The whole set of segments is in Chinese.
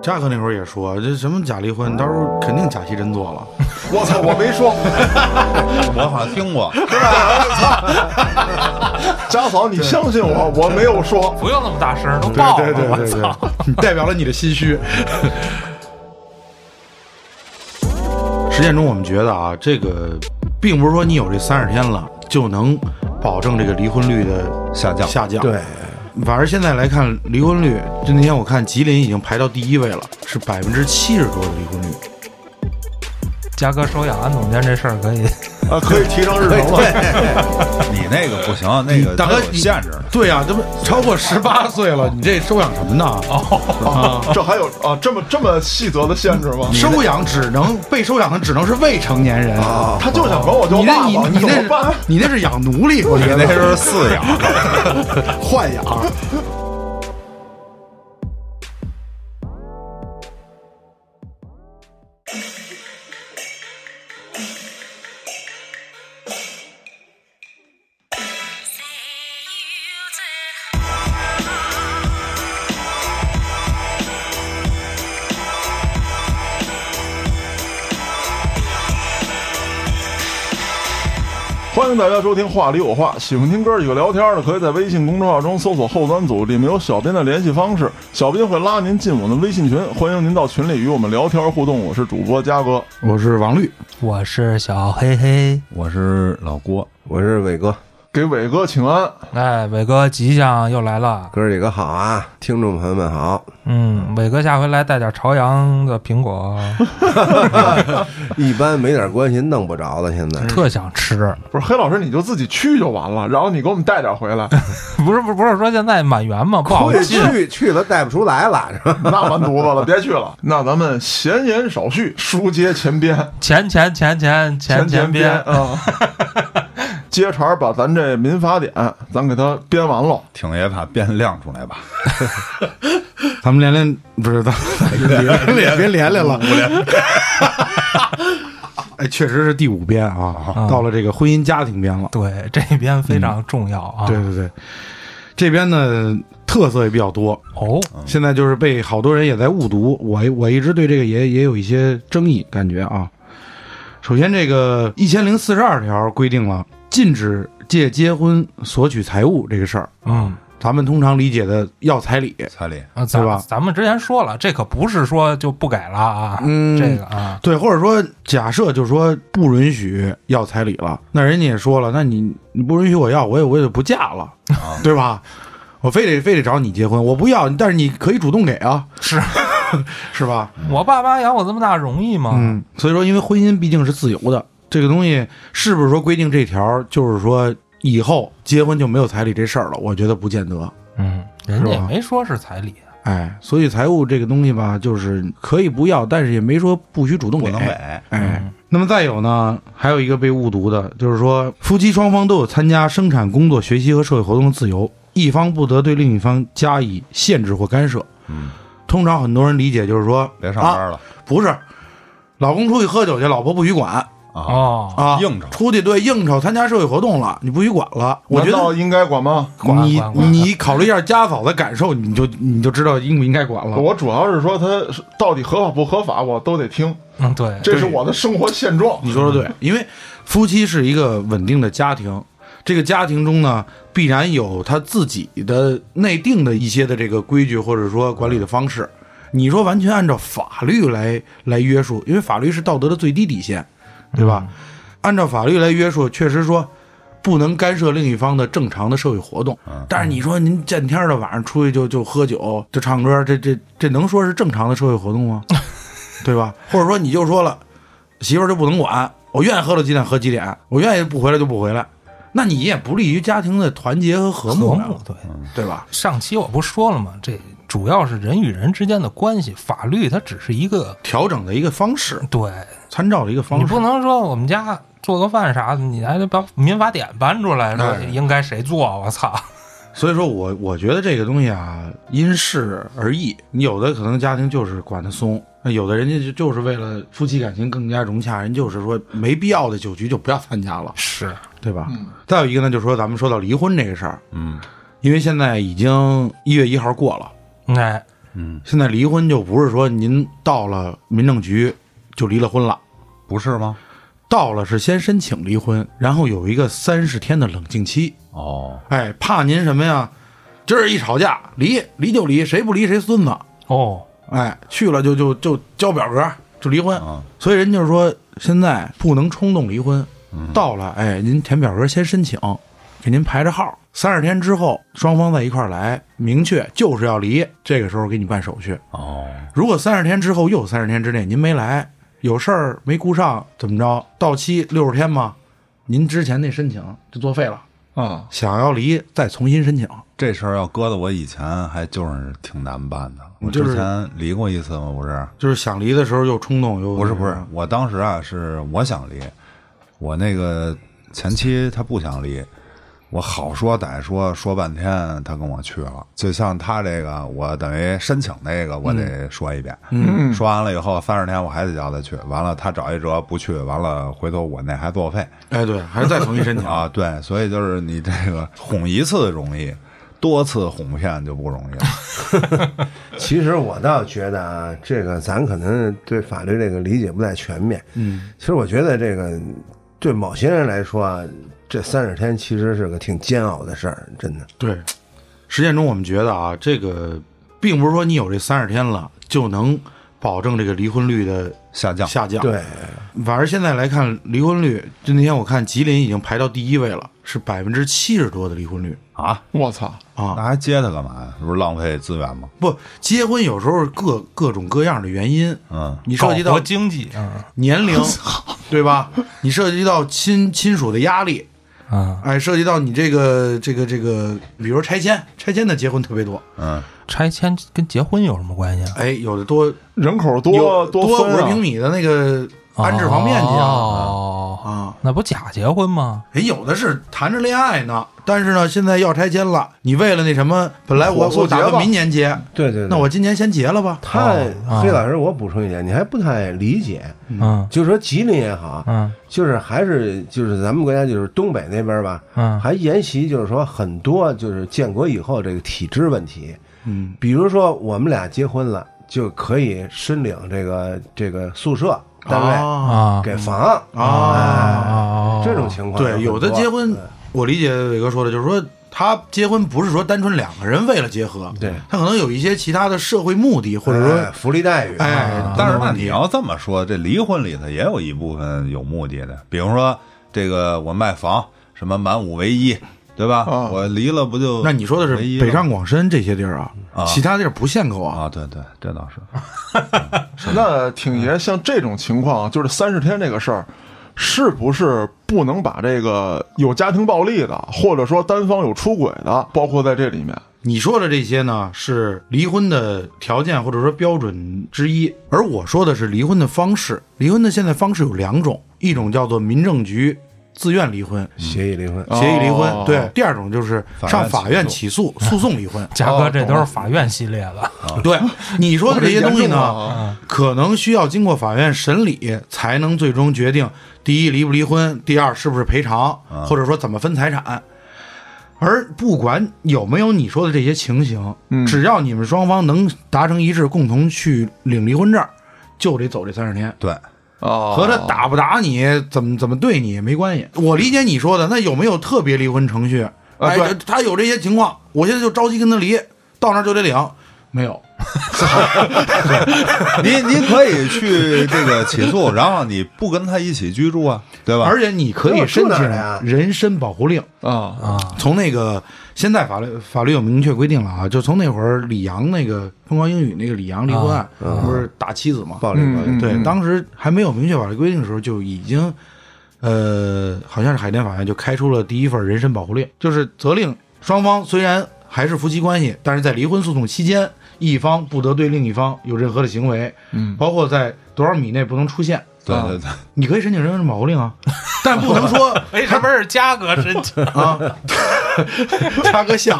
扎克那会儿也说，这什么假离婚，到时候肯定假戏真做了。我操，我没说。我好像听过，家嫂，你相信我，我没有说。不用那么大声，都对爆对了，对我对操！对，你代表了你的心虚。实践中，我们觉得啊，这个并不是说你有这三十天了就能保证这个离婚率的下降下降。，，反而现在来看，离婚率，就那天我看吉林已经排到第一位了，是百分之七十多的离婚率。嘉哥收养安总监这事儿可以，啊，可以提上日程了。你那个不行，那个大哥它有限制的。对啊呀、这不超过十八岁了，你这收养什么呢？啊这还有啊，这么这么细则的限制吗？收养只能被收养的只能是未成年人。他就想管我叫啊你那爸哦你你爸，怎那么是办？你那是养奴隶，我觉你得那是饲养，豢养。 欢迎大家收听《话里有话》，喜欢听哥几个聊天的，可以在微信公众号中搜索“后端组”，里面有小编的联系方式，小编会拉您进我们的微信群，欢迎您到群里与我们聊天互动。我是主播嘉哥，我是王律，我是小黑黑， 我是老郭，我是伟哥，给伟哥请安。哎，伟哥吉祥又来了，哥儿几个好啊，听众朋友们好，嗯，伟哥下回来带点朝阳的苹果，一般没点关系弄不着了，现在特想吃。不是黑老师，你就自己去就完了，然后你给我们带点回来， 不是不是不是说现在满员吗？不好我进， 去去了带不出来了，是吧？ 那完犊子了，别去了。那咱们闲言少叙，书接前边，前前前前前前边边啊。接茬儿把咱这民法典，咱给它编完了。挺也把变亮出来吧。咱们连连不是咱们连连别连连了， 哎，确实是第五编啊，到了这个婚姻家庭编了。对，这边非常重要啊。嗯对对对，这边呢特色也比较多，哦，现在就是被好多人也在误读，我我一直对这个也也有一些争议，感觉啊。首先，这个一千零四十二条规定了禁止借结婚索取财物这个事儿，嗯咱们通常理解的要彩礼，彩礼啊，咱对吧咱们之前说了，这可不是说就不给了啊，嗯这个啊，对，或者说假设就是说不允许要彩礼了，那人家也说了，那你你不允许我要，我也我也就不嫁了，对吧？我非得非得找你结婚，我不要，但是你可以主动给啊，是 是吧？我爸妈养我这么大容易吗？嗯，所以说，因为婚姻毕竟是自由的，这个东西是不是说规定这条就是说以后结婚就没有彩礼这事儿了？我觉得不见得。嗯，人家是也吧没说是彩礼，啊哎，所以财务这个东西吧，就是可以不要，但是也没说不许主动不给。能给，哎，那么再有呢，还有一个被误读的，就是说夫妻双方都有参加生产、工作、学习和社会活动的自由，一方不得对另一方加以限制或干涉。嗯，通常很多人理解就是说，别上啊，班了不是，老公出去喝酒去，老婆不许管啊！哦，啊，应酬出去对应酬，参加社会活动了，你不许管了。我觉难道得应该管吗？管你管管你考虑一下家嫂的感受，你就你就知道应不应该管了。我主要是说他到底合法不合法，我都得听，嗯，对，这是我的生活现状。你说的对，因为夫妻是一个稳定的家庭，这个家庭中呢，必然有他自己的内定的一些的这个规矩，或者说管理的方式。你说完全按照法律来来约束，因为法律是道德的最低底线，对吧？嗯按照法律来约束，确实说不能干涉另一方的正常的社会活动。嗯但是你说您见天儿的晚上出去就就喝酒就唱歌，这这这能说是正常的社会活动 吗？对吧？或者说你就说了，媳妇儿就不能管，我愿意喝到几点喝几点，我愿意不回来就不回来，那你也不利于家庭的团结和和睦和了，睦对。对吧？嗯上期我不说了吗？这主要是人与人之间的关系，法律它只是一个调整的一个方式，对，参照的一个你方式不。能说我们家做个饭啥的，你还得把民法典搬出来，说哎应该谁做？我操！所以说我我觉得这个东西啊，因事而异。你有的可能家庭就是管得松，那有的人家就就是为了夫妻感情更加融洽，人就是说没必要的酒局就不要参加了，是，对吧？再有一个呢，就是说咱们说到离婚这个事儿，嗯嗯，因为现在已经一月一号过了， 哎，嗯，现在离婚就不是说您到了民政局就离了婚了，不是吗？到了是先申请离婚，然后有一个三十天的冷静期。哦，哎，怕您什么呀？今儿一吵架离离就离，谁不离谁孙子。哦，哎，去了就就就交表格就离婚。啊所以人就是说，现在不能冲动离婚，到了哎，您填表格先申请，给您排着号，三十天之后双方在一块儿来，明确就是要离，这个时候给你办手续。哦，如果三十天之后又三十天之内您没来，有事儿没顾上，怎么着？到期六十天嘛，您之前那申请就作废了，啊，想要离再重新申请。这事儿要搁到我以前，还就是挺难办的。我就是之前离过一次吗？不是，就是想离的时候又冲动又不是，不是，我当时啊是我想离，我那个前妻她不想离，我好说歹说说半天，她跟我去了。就像她这个，我等于申请那个，我得说一遍，嗯，说完了以后三十天我还得叫她去，完了她找一辙不去，完了回头我那还作废哎对，还是再重新申请啊，对，所以就是你这个哄一次容易，多次哄骗就不容易了。其实我倒觉得啊，这个咱可能对法律这个理解不太全面。嗯，其实我觉得这个对某些人来说啊，这三十天其实是个挺煎熬的事儿，真的。 对，实践中我们觉得啊，这个并不是说你有这三十天了就能保证这个离婚率的下降，下降。，对，反而现在来看，离婚率就那天我看吉林已经排到第一位了，是百分之七十多的离婚率啊，我操，啊那！还接她干嘛呀？这不是浪费资源吗？不，结婚有时候各各种各样的原因，嗯，你涉及搞到活经济，嗯年龄，对吧？你涉及到亲亲属的压力，嗯，哎，涉及到你这个这个这个，比如拆迁，拆迁的结婚特别多，嗯，拆迁跟结婚有什么关系啊？哎，有的多人口有多多分五十平啊，米的那个安置房面积啊哦，啊！那不假结婚吗？人有的是谈着恋爱呢，但是呢，现在要拆迁了，你为了那什么，本来我火速我打结吧算明年结，对对对。那我今年先结了吧。他哦黑老师，我补充一点，你还不太理解，嗯就是说吉林也好，嗯就是还是就是咱们国家就是东北那边吧，嗯，还沿袭就是说很多就是建国以后这个体制问题，嗯，比如说我们俩结婚了，就可以申领这个这个宿舍单啊啊位给房，啊，啊这种情况对，有的很多结婚，我理解伟哥说的，就是说他结婚不是说单纯两个人为了结合，对他可能有一些其他的社会目的，或者哎说，福利待遇，哎，但是等等那问你题要这么说，这离婚里头也有一部分有目的的，比如说这个我卖房，什么满五为一，对吧？啊我离了不就那你说的是唯一了北上广深这些地儿啊，啊其他地儿不限购啊。啊？对对，这 倒是。那挺爷像这种情况，就是三十天这个事儿。是不是不能把这个有家庭暴力的，或者说单方有出轨的，包括在这里面？你说的这些呢，是离婚的条件或者说标准之一，而我说的是离婚的方式。离婚的现在方式有两种，一种叫做民政局自愿离婚、协议离婚，协议离婚，哦对；第二种就是上法院起诉、诉讼离婚。嘉哥，这都是法院系列的，啊对，你说的这些东西严重了呢，啊可能需要经过法院审理，才能最终决定：第一，离不离婚；第二，是不是赔偿，或者说怎么分财产。而不管有没有你说的这些情形，只要你们双方能达成一致，共同去领离婚证，就得走这三十天。对，啊，和他打不打你，怎么怎么对你没关系。我理解你说的，那有没有特别离婚程序？哎，对这他有这些情况，我现在就着急跟他离，到那儿就得领，没有。您您可以去这个起诉，然后你不跟他一起居住啊，对吧？而且你可以申那我住哪儿请呀人身保护令。啊从那个现在法律法律有明确规定了啊，就从那会儿李阳那个疯狂英语那个李阳离婚案，不是打妻子嘛？暴力暴力，嗯对，当时还没有明确法律规定的时候，就已经，呃，好像是海淀法院就开出了第一份人身保护令，就是责令双方虽然还是夫妻关系，但是在离婚诉讼期间，一方不得对另一方有任何的行为，嗯包括在多少米内不能出现。对对对，你可以申请人身保护令啊，但不能 说为什哎么是嘉哥申请？ 啊，插个像，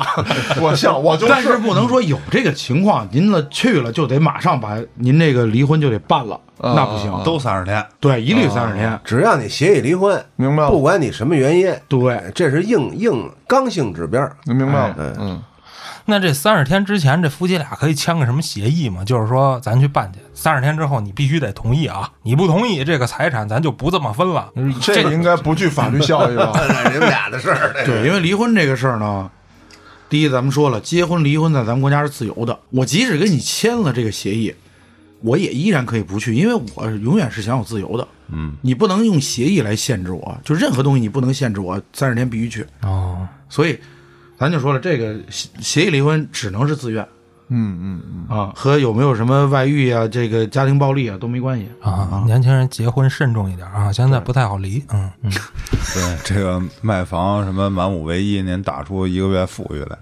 我像我就但是不能说有这个情况，您了去了就得马上把您这个离婚就得办了，啊那不行，都三十天。啊对，一律三十天，只要你协议离婚，明白了不管你什么原因，对，这是硬硬刚性指标，嗯明白了哎，嗯，那这三十天之前，这夫妻俩可以签个什么协议吗？就是说，咱去办去，三十天之后你必须得同意啊！你不同意，这个财产咱就不这么分了。这个应该不具法律效益吧？ 你们俩的事儿，对，因为离婚这个事儿呢，第一咱们说了，结婚离婚在咱们国家是自由的，我即使跟你签了这个协议，我也依然可以不去，因为我永远是享有自由的。嗯，你不能用协议来限制我，就任何东西你不能限制我三十天必须去。哦，所以，咱就说了，这个协协议离婚只能是自愿嗯嗯嗯，啊，和有没有什么外遇啊、这个家庭暴力啊都没关系。啊，年轻人结婚慎重一点啊，现在不太好离。嗯嗯，对这个卖房什么满五唯一，您打出一个月富裕来，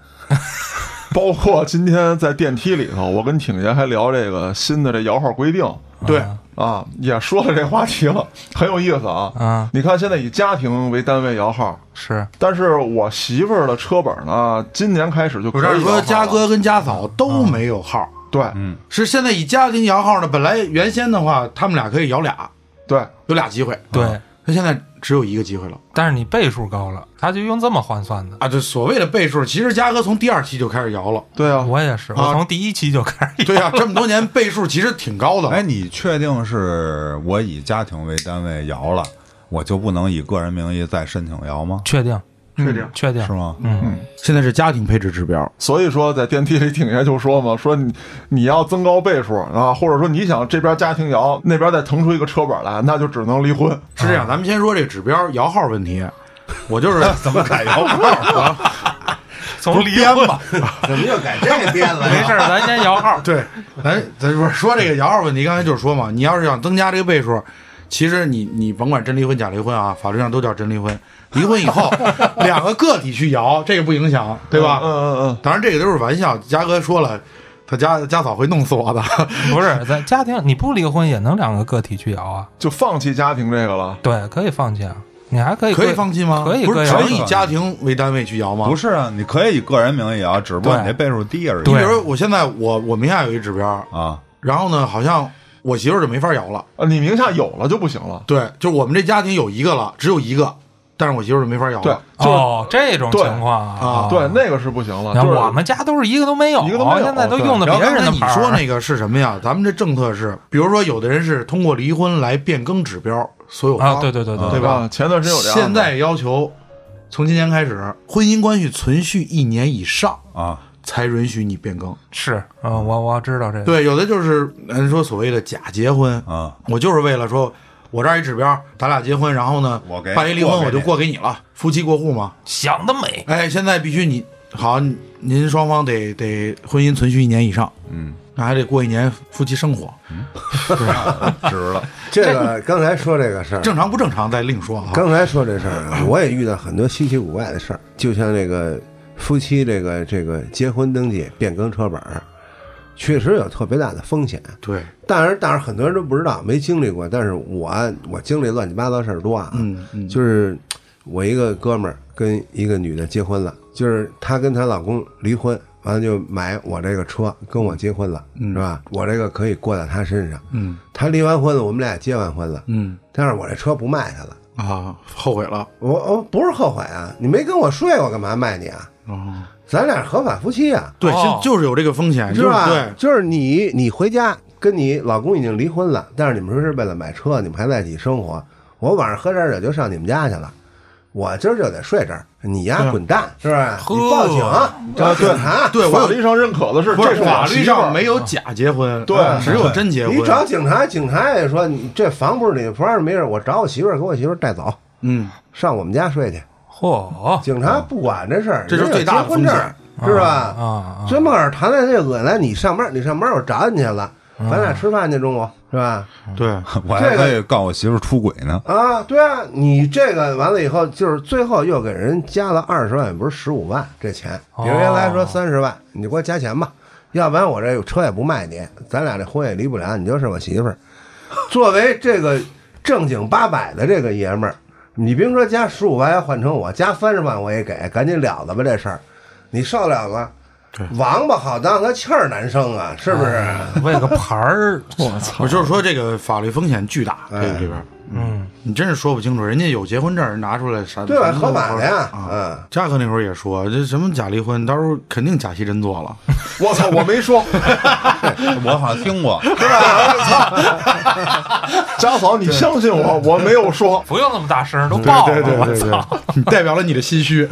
包括今天在电梯里头，我跟挺爷还聊这个新的这摇号规定对，啊，也说了这话题了，很有意思啊。啊，你看现在以家庭为单位摇号，是但是我媳妇儿的车本呢，今年开始就可我以这儿摇号说了嗯家哥嗯跟家嫂都没有号，对是现在以家庭摇号呢。本来原先的话，他们俩可以摇俩，对，有俩机会。对。那现在只有一个机会了但是你倍数高了，他就用这么换算的。啊！这所谓的倍数，其实嘉哥从第二期就开始摇了。对啊，我也是，我从第一期就开 始。对呀、这么多年倍数其实挺高的。哎，，你确定是我以家庭为单位摇了，我就不能以个人名义再申请摇吗？确定，是这样。确定是？吗？嗯，现在是家庭配置指标，所以说，在电梯里，挺爷就说嘛，说你你要增高倍数啊，或者说你想这边家庭摇，那边再腾出一个车本来，那就只能离婚。是这样。咱们先说这指标摇号问题，我就是 怎么改摇 号？啊从离婚吧，怎么又改这边了 没事儿，咱先摇号。 对，咱咱不是说这个摇号问题，刚才就是说嘛，你要是想增加这个倍数，其实你你甭管真离婚假离婚啊，法律上都叫真离婚。离婚以后，两个个体去摇，这个不影响，对吧？嗯嗯嗯，当然这个都是玩笑，嘉哥说了，他家家嫂会弄死我的。不是，咱家庭你不离婚也能两个个体去摇啊？就放弃家庭这个了。对，可以放弃啊，你还可以可以放弃吗？可以不是只可以能以家庭为单位去摇吗？不，是啊，你可以以个人名义啊摇，只不过对你那倍数低而已。你比对如说我现在我我名下有一指标，啊，然后呢，好像我媳妇儿就没法摇了。啊，你名下有了就不行了。对，就我们这家庭有一个了，只有一个，但是我媳妇儿就没法摇对了。，就是、哦，这种对情况啊对，那个是不行了。你看就是我们家都是一个都没有，一个都没有现在都用的然别后刚人才的你牌儿说那个是什么呀？咱们这政策是，比如说有的人是通过离婚来变更指标，所有啊，方对对对对对对，吧啊，前段时间有这样的。现在要求从今年开始，婚姻关系存续一年以上啊，才允许你变更。是，嗯，我我知道这个，对，有的就是人说所谓的假结婚啊，我就是为了说，我这儿一指标，咱俩结婚，然后呢，我给办一离婚过给我就你过给你了，夫妻过户嘛。想得美，哎，现在必须你好，您双方得得婚姻存续一年以上，嗯，那还得过一年夫妻生活，值了。这个刚才说这个事儿，正常不正常再另说啊。刚才说这事儿啊，我也遇到很多稀奇古怪的事儿，就像这个夫妻这个这个结婚登记变更车本儿，确实有特别大的风险。对，但是但是很多人都不知道，没经历过。但是我我经历乱七八糟事儿多啊，嗯嗯就是我一个哥们儿跟一个女的结婚了，就是她跟她老公离婚，完了就买我这个车跟我结婚了，是吧？我这个可以过到她身上。嗯她离完婚了，我们俩也结完婚了，嗯但是我这车不卖她了。啊，后悔了，我我不是后悔啊，你没跟我睡，我干嘛卖你啊？哦，咱俩是合法夫妻啊，对，哦就就是有这个风险，就是是吧？对，就是你你回家跟你老公已经离婚了，但是你们说是为了买车，你们还在一起生活。我晚上喝点酒就上你们家去了，我今儿就得睡这儿，你呀滚蛋，是不是？你报警找警察，啊对我法有律上认可的是，不这是是法我律媳妇儿上没有假结婚，啊对只有真结婚你。找警察，警察也说你这房不是你的，不让没事，我找我媳妇儿，给我媳妇儿带走，嗯，上我们家睡去。嚯，警察不管这事儿，啊这就是人有最大的结婚证风险儿，是吧？啊啊，这么个谈恋爱这恶心，你上班你上班我找你去了，啊咱俩吃饭去中午是吧？对，我还这个可以告我媳妇儿出轨呢。啊，对啊，你这个完了以后，就是最后又给人加了二十万，也不是十五万这钱，比如原来说三十万，你就给我加钱吧，要不然我这车也不卖你，咱俩这婚也离不了，你就是我媳妇儿。作为这个正经八百的这个爷们儿，你别说加十五万要换成我，加三十万我也给，赶紧了了吧这事儿，你受了吗？王八好当，他气儿难生啊，是不是？为个牌儿，我操，我就是说这个法律风险巨大，这个里边，嗯，你真是说不清楚，人家有结婚证人拿出来啥对吧？什么都合法的呀，啊。嗯，嘉哥那会儿也说，这什么假离婚，到时候肯定假戏真做了。我操，我没说， 我好像听过，家嫂，你相信我，我没有说。不用那么大声，都爆了，我操！ 你代表了你的心虚。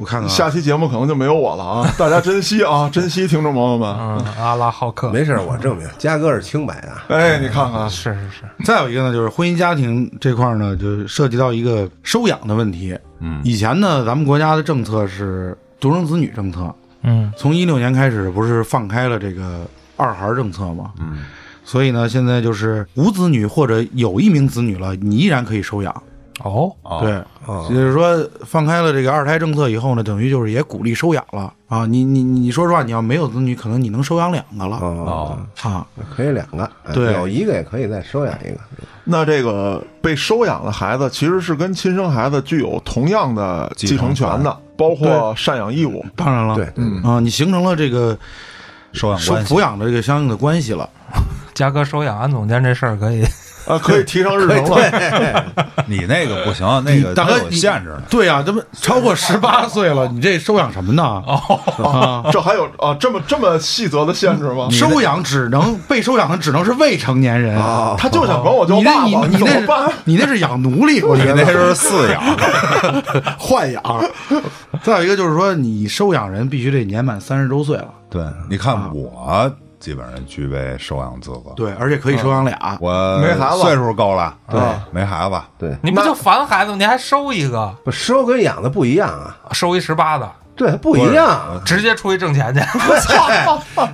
我看看啊，下期节目可能就没有我了啊！大家珍惜啊，珍惜听众朋友们。嗯，阿拉浩克，没事儿，我证明嘉哥是清白的。哎，你看看，是是是， 再有一个呢，就是婚姻家庭这块儿呢，就涉及到一个收养的问题。嗯，以前呢，咱们国家的政策是独生子女政策，嗯从一六年开始不是放开了这个二孩政策吗？嗯，所以呢，现在就是无子女或者有一名子女了，你依然可以收养。哦，哦对，也就是说放开了这个二胎政策以后呢，等于就是也鼓励收养了啊。你你你说实话，你要没有子女，可能你能收养两个了哦，哦，啊。可以两个，哎对有一个也可以再收养一个。那这个被收养的孩子其实是跟亲生孩子具有同样的继承权继承的，包括赡养义务。当然了，对，对啊，你形成了这个收养收关系抚养的这个相应的关系了。嘉哥收养安总监这事儿可以，啊，可以提上日程了。你那个不行，那个大它哥有限制的。对呀、这不超过十八 岁了，你这收养什么呢？啊，这还有啊，这么这么细则的限制吗？收养只能被收养的只能是未成年人。啊，他就想管我叫你那爸你爸，你怎那么办是？你那是养奴隶，我你觉那得是 饲养， 豢养。 再有一个就是说，你收养人必须得年满三十周岁了，对，你看我基本上具备收养资格，对，而且可以收养俩。我没孩子岁数够了，对，没孩子，对，你不就烦孩子吗，你还收一个，不收跟养的不一样啊，收一十八的，对，不一样。啊直接出去挣钱去。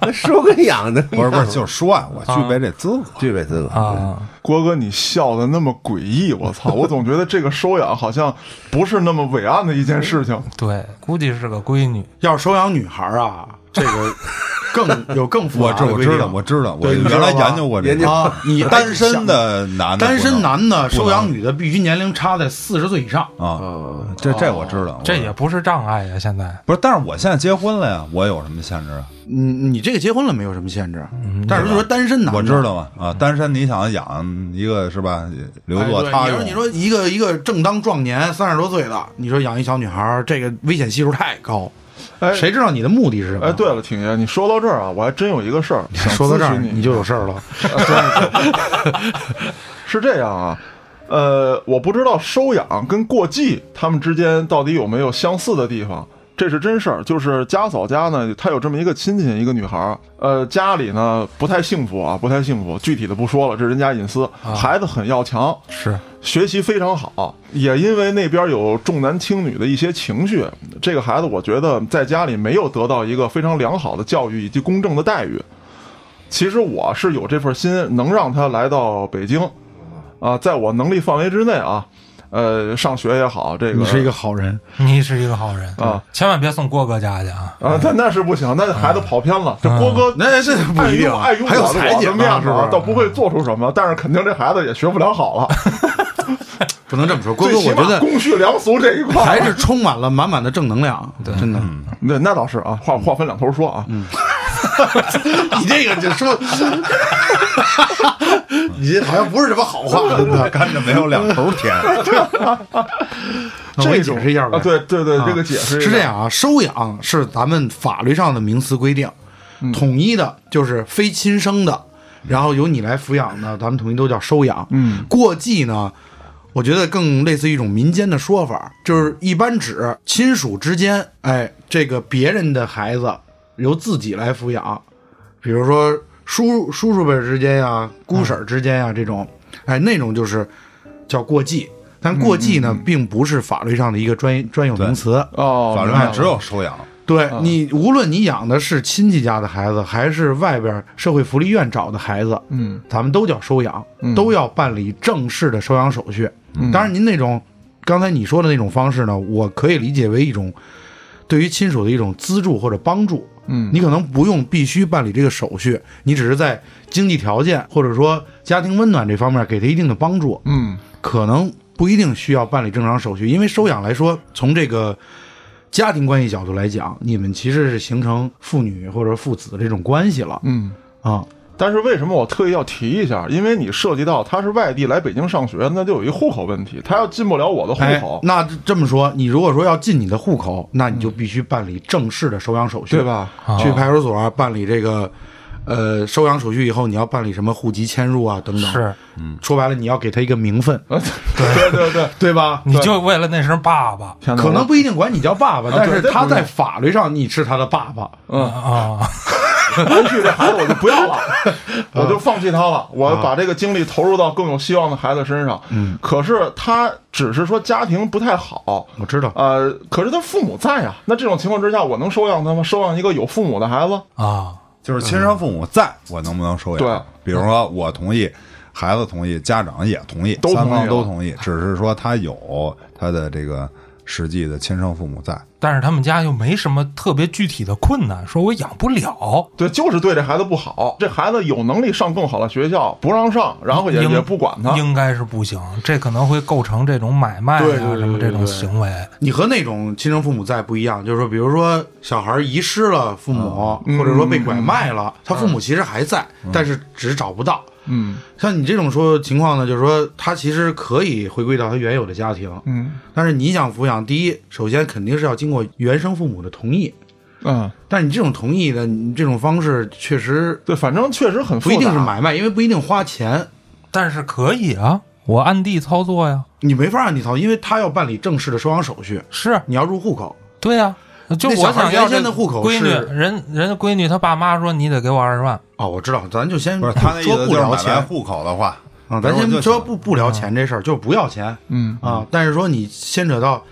那 收跟养的不是不是，就是说啊，我具备这资格，具备资格。啊，郭哥，你笑的那么诡异，我操！我总觉得这个收养好像不是那么伟岸的一件事情。对，估计是个闺女，要是收养女孩 啊，这个更有更复我杂这的我啊规知定道，我知道，我对你知原道来吧研究过这研个究啊，你 单身的男的不单能，啊身男的不能收养女的必须年龄差在四十岁以上。啊，哦这这我知道，这我也不是障碍呀。现在不是，但是我现在结婚了呀，我有什么限制啊？嗯，你这个结婚了没有什么限制，但是就说单身男的，我知道嘛啊，单身你想养一个是吧？留哎。作对他你要用是，你说一个一个正当壮年三十多岁的，你说养一小女孩儿，这个危险系数太高，哎，谁知道你的目的是什么？哎，对了，挺爷，你说到这儿啊，我还真有一个事儿想说到这咨儿询你就有事儿了。是这样啊，呃，我不知道收养跟过继他们之间到底有没有相似的地方。这是真事儿，就是家嫂家呢，她有这么一个亲戚，一个女孩儿，呃，家里呢不太幸福啊，不太幸福，具体的不说了，这是人家隐私。孩子很要强，是学习非常好，也因为那边有重男轻女的一些情绪，这个孩子我觉得在家里没有得到一个非常良好的教育以及公正的待遇。其实我是有这份心，能让他来到北京，啊，在我能力范围之内啊，呃，上学也好，这个你是一个好人，你是一个好人啊，千万别送郭哥家去啊。啊，那那是不行，那孩子跑偏了。这郭哥那这不一定啊碍于我还有碍于我的裁我剪的呢面是子啊不是倒不会做出什么，但是肯定这孩子也学不了好了。不能这么说。郭最哥，起我码觉得公序良俗这一块儿还是充满了满满的正能量，真的。 那那倒是啊，嗯话话分两头说啊。你这个就 说，你这好像不是什么好话，真的。干着没有两头甜。那我这给种解释一下吧啊，对对对，这个解释是这。样啊，收养是咱们法律上的名词规定，嗯统一的就是非亲生的，然后由你来抚养的，咱们统一都叫收养。嗯，过继呢，我觉得更类似于一种民间的说法，就是一般指亲属之间，哎，这个别人的孩子由自己来抚养，比如说叔叔叔辈之间呀、啊姑婶儿之间呀、这种，哎，那种就是叫过继。但过继呢，并不是法律上的一个专专有名词。哦，法律明白上了只有收养，对你，无论你养的是亲戚家的孩子，还是外边社会福利院找的孩子，嗯，咱们都叫收养，都要办理正式的收养手续。嗯当然，您那种刚才你说的那种方式呢，我可以理解为一种对于亲属的一种资助或者帮助。嗯你可能不用必须办理这个手续，你只是在经济条件或者说家庭温暖这方面给他一定的帮助。嗯可能不一定需要办理正常手续，因为收养来说，从这个家庭关系角度来讲，你们其实是形成父女或者父子的这种关系了嗯，啊。但是为什么我特意要提一下？因为你涉及到他是外地来北京上学，那就有一户口问题，他要进不了我的户哎口，，那这这么说，你如果说要进你的户口，那你就必须办理正式的收养手续，对？吧？去派出所办理这个，呃，收养手续以后，你要办理什么户籍迁入啊等等。是，说白了，你要给他一个名分，对对嗯呃对，对吧？你就为了那声爸爸天哪可能不一定管你叫爸爸，但啊对是这他不是在法律上你是他的爸爸。啊，过去这孩子我就不要 了，我就放弃他啊了，我把这个精力投入到更有希望的孩子身上。嗯，可是他只是说家庭不太好，我知道，呃，可是他父母在啊。那这种情况之下，我能收养他吗？收养一个有父母的孩子？啊，就是亲生父母在，我能不能收养？对，比如说我同意，孩子同意，家长也同意，都同意三方了都同意，只是说他有他的这个实际的亲生父母在。但是他们家又没什么特别具体的困难，说我养不了，对，就是对这孩子不好。这孩子有能力上更好的学校，不让上，然后也应也不管他。应该是不行，这可能会构成这种买卖对对啊对什么这种对对行为。你和那种亲生父母在不一样，就是说，比如说小孩遗失了父母，嗯或者说被拐卖了，他父母其实还在，但是只是找不到。嗯像你这种说情况呢，就是说他其实可以回归到他原有的家庭，嗯但是你想抚养，第一，首先肯定是要经过原生父母的同意。嗯，但你这种同意的，你这种方式确实对，反正确实很复不杂。一定是买卖，因为不一定花钱，但是可以啊，我暗地操作呀，你没法让你掏，因为他要办理正式的收养手续，是你要入户口。对呀、就那我小孩想要原这先的户口闺女，是人人家闺女她爸妈说你得给我二十万，哦，我知道，咱就先不是他那意说思不就是聊买卖钱户口的话，啊，比咱如我就先想说不不聊钱这事儿，就是不要钱嗯啊。但是说你牵扯到，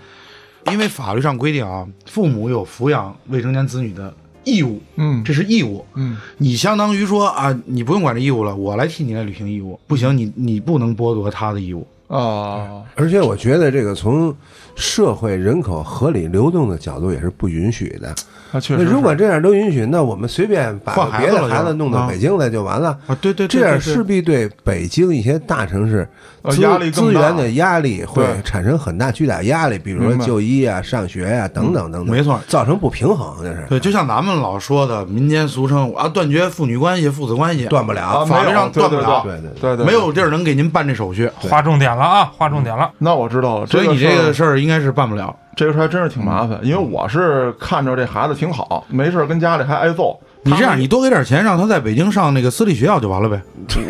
因为法律上规定啊，父母有抚养未成年子女的义务，嗯这是义务。嗯，你相当于说啊，你不用管这义务了，我来替你来履行义务。不行，你你不能剥夺他的义务。啊，而且我觉得这个从社会人口合理流动的角度也是不允许的。他确那实是。如果这样都允许，那我们随便把换孩子别的了就孩子弄到啊北京来就完了。啊对对对这对对样势必对北京一些大城市呃资压力更资大源的压力会对产生很大巨大压力，比如明说白就医啊、上学呀、等等等等，没错造成不平衡，这是对，就像咱们老说的，民间俗称啊，断绝父女关系、父子关系，断不了啊，。法律没有上断不了对对对对对，没有地儿能给您办这手续，划重点嗯了啊，划重点了。那我知道了，所以你这这事儿个事儿应该是办不了。这个事儿还真是挺麻烦，因为我是看着这孩子挺好，没事儿跟家里还挨揍。你这他样，们你多给点钱，让他在北京上那个私立学校就完了呗。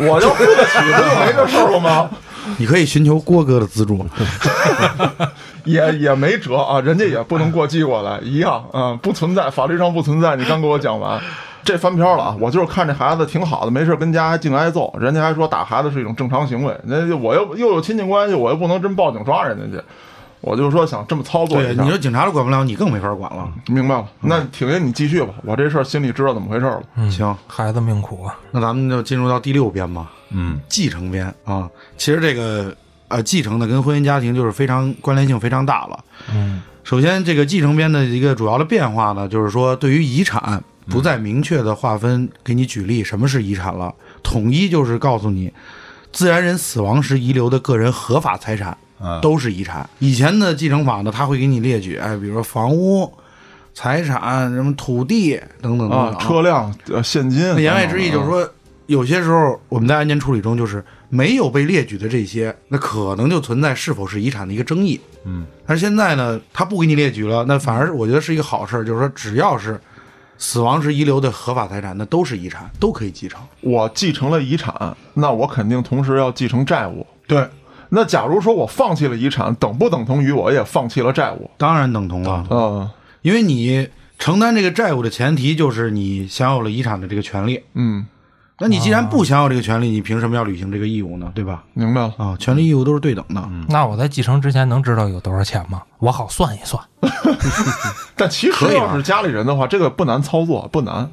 我就付得起，不就没这事故吗？你可以寻求郭哥的资助。也也没辙啊，人家也不能过继过来，一样，嗯，不存在，法律上不存在。你刚给我讲 完，这翻篇了啊！我就是看这孩子挺好的，没事儿跟家还净挨揍，人家还说打孩子是一种正常行为，那就我又又有亲戚关系，我又不能真报警抓人家去，我就说想这么操作 对，一下你。嗯说警察都管不了，你更没法管了。明白了，那挺爷你继续吧，我这事儿心里知道怎么回事了。嗯，行，孩子命苦啊，那咱们就进入到第六篇吧，嗯，继承篇啊。其实这个呃，继承的跟婚姻家庭就是非常关联性非常大了。嗯，首先，这个继承篇的一个主要的变化呢，就是说对于遗产不再明确的划分，给你举例什么是遗产了，统一就是告诉你，自然人死亡时遗留的个人合法财产嗯都是遗产。以前的继承法呢，它会给你列举，哎，比如说房屋、财产、什么土地等等等等。啊，车辆、呃，现金。嗯啊那言外之意嗯就是说，有些时候我们在案件处理中，就是没有被列举的这些，那可能就存在是否是遗产的一个争议。嗯，但是现在呢，他不给你列举了，那反而我觉得是一个好事儿，就是说只要是死亡时遗留的合法财产，那都是遗产，都可以继承。我继承了遗产，那我肯定同时要继承债务。对，那假如说我放弃了遗产，等不等同于我也放弃了债务？当然等同了，嗯因为你承担这个债务的前提就是你享有了遗产的这个权利。嗯，那你既然不享有这个权利，你凭什么要履行这个义务呢？对吧？明白了。啊，权利义务都是对等的。那我在继承之前能知道有多少钱吗？我好算一算。但其可实以吧要是家里人的话，这个不难操作，不难。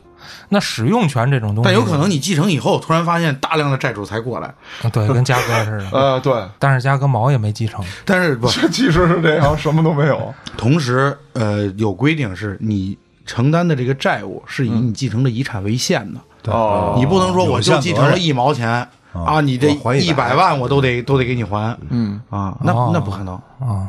那使用权这种东西，但有可能你继承以后，突然发现大量的债主才过来，啊对，跟嘉哥似的。呃，对，但是嘉哥毛也没继承，但是不， 这其实是这样，什么都没有。同时呃有规定是你承担的这个债务是以你继承的遗产为限的，哦，你不能说有我就限继责承了任一毛钱、啊，你这我还一一百百万我都得都得给你还，嗯啊，那哦那不可能，啊、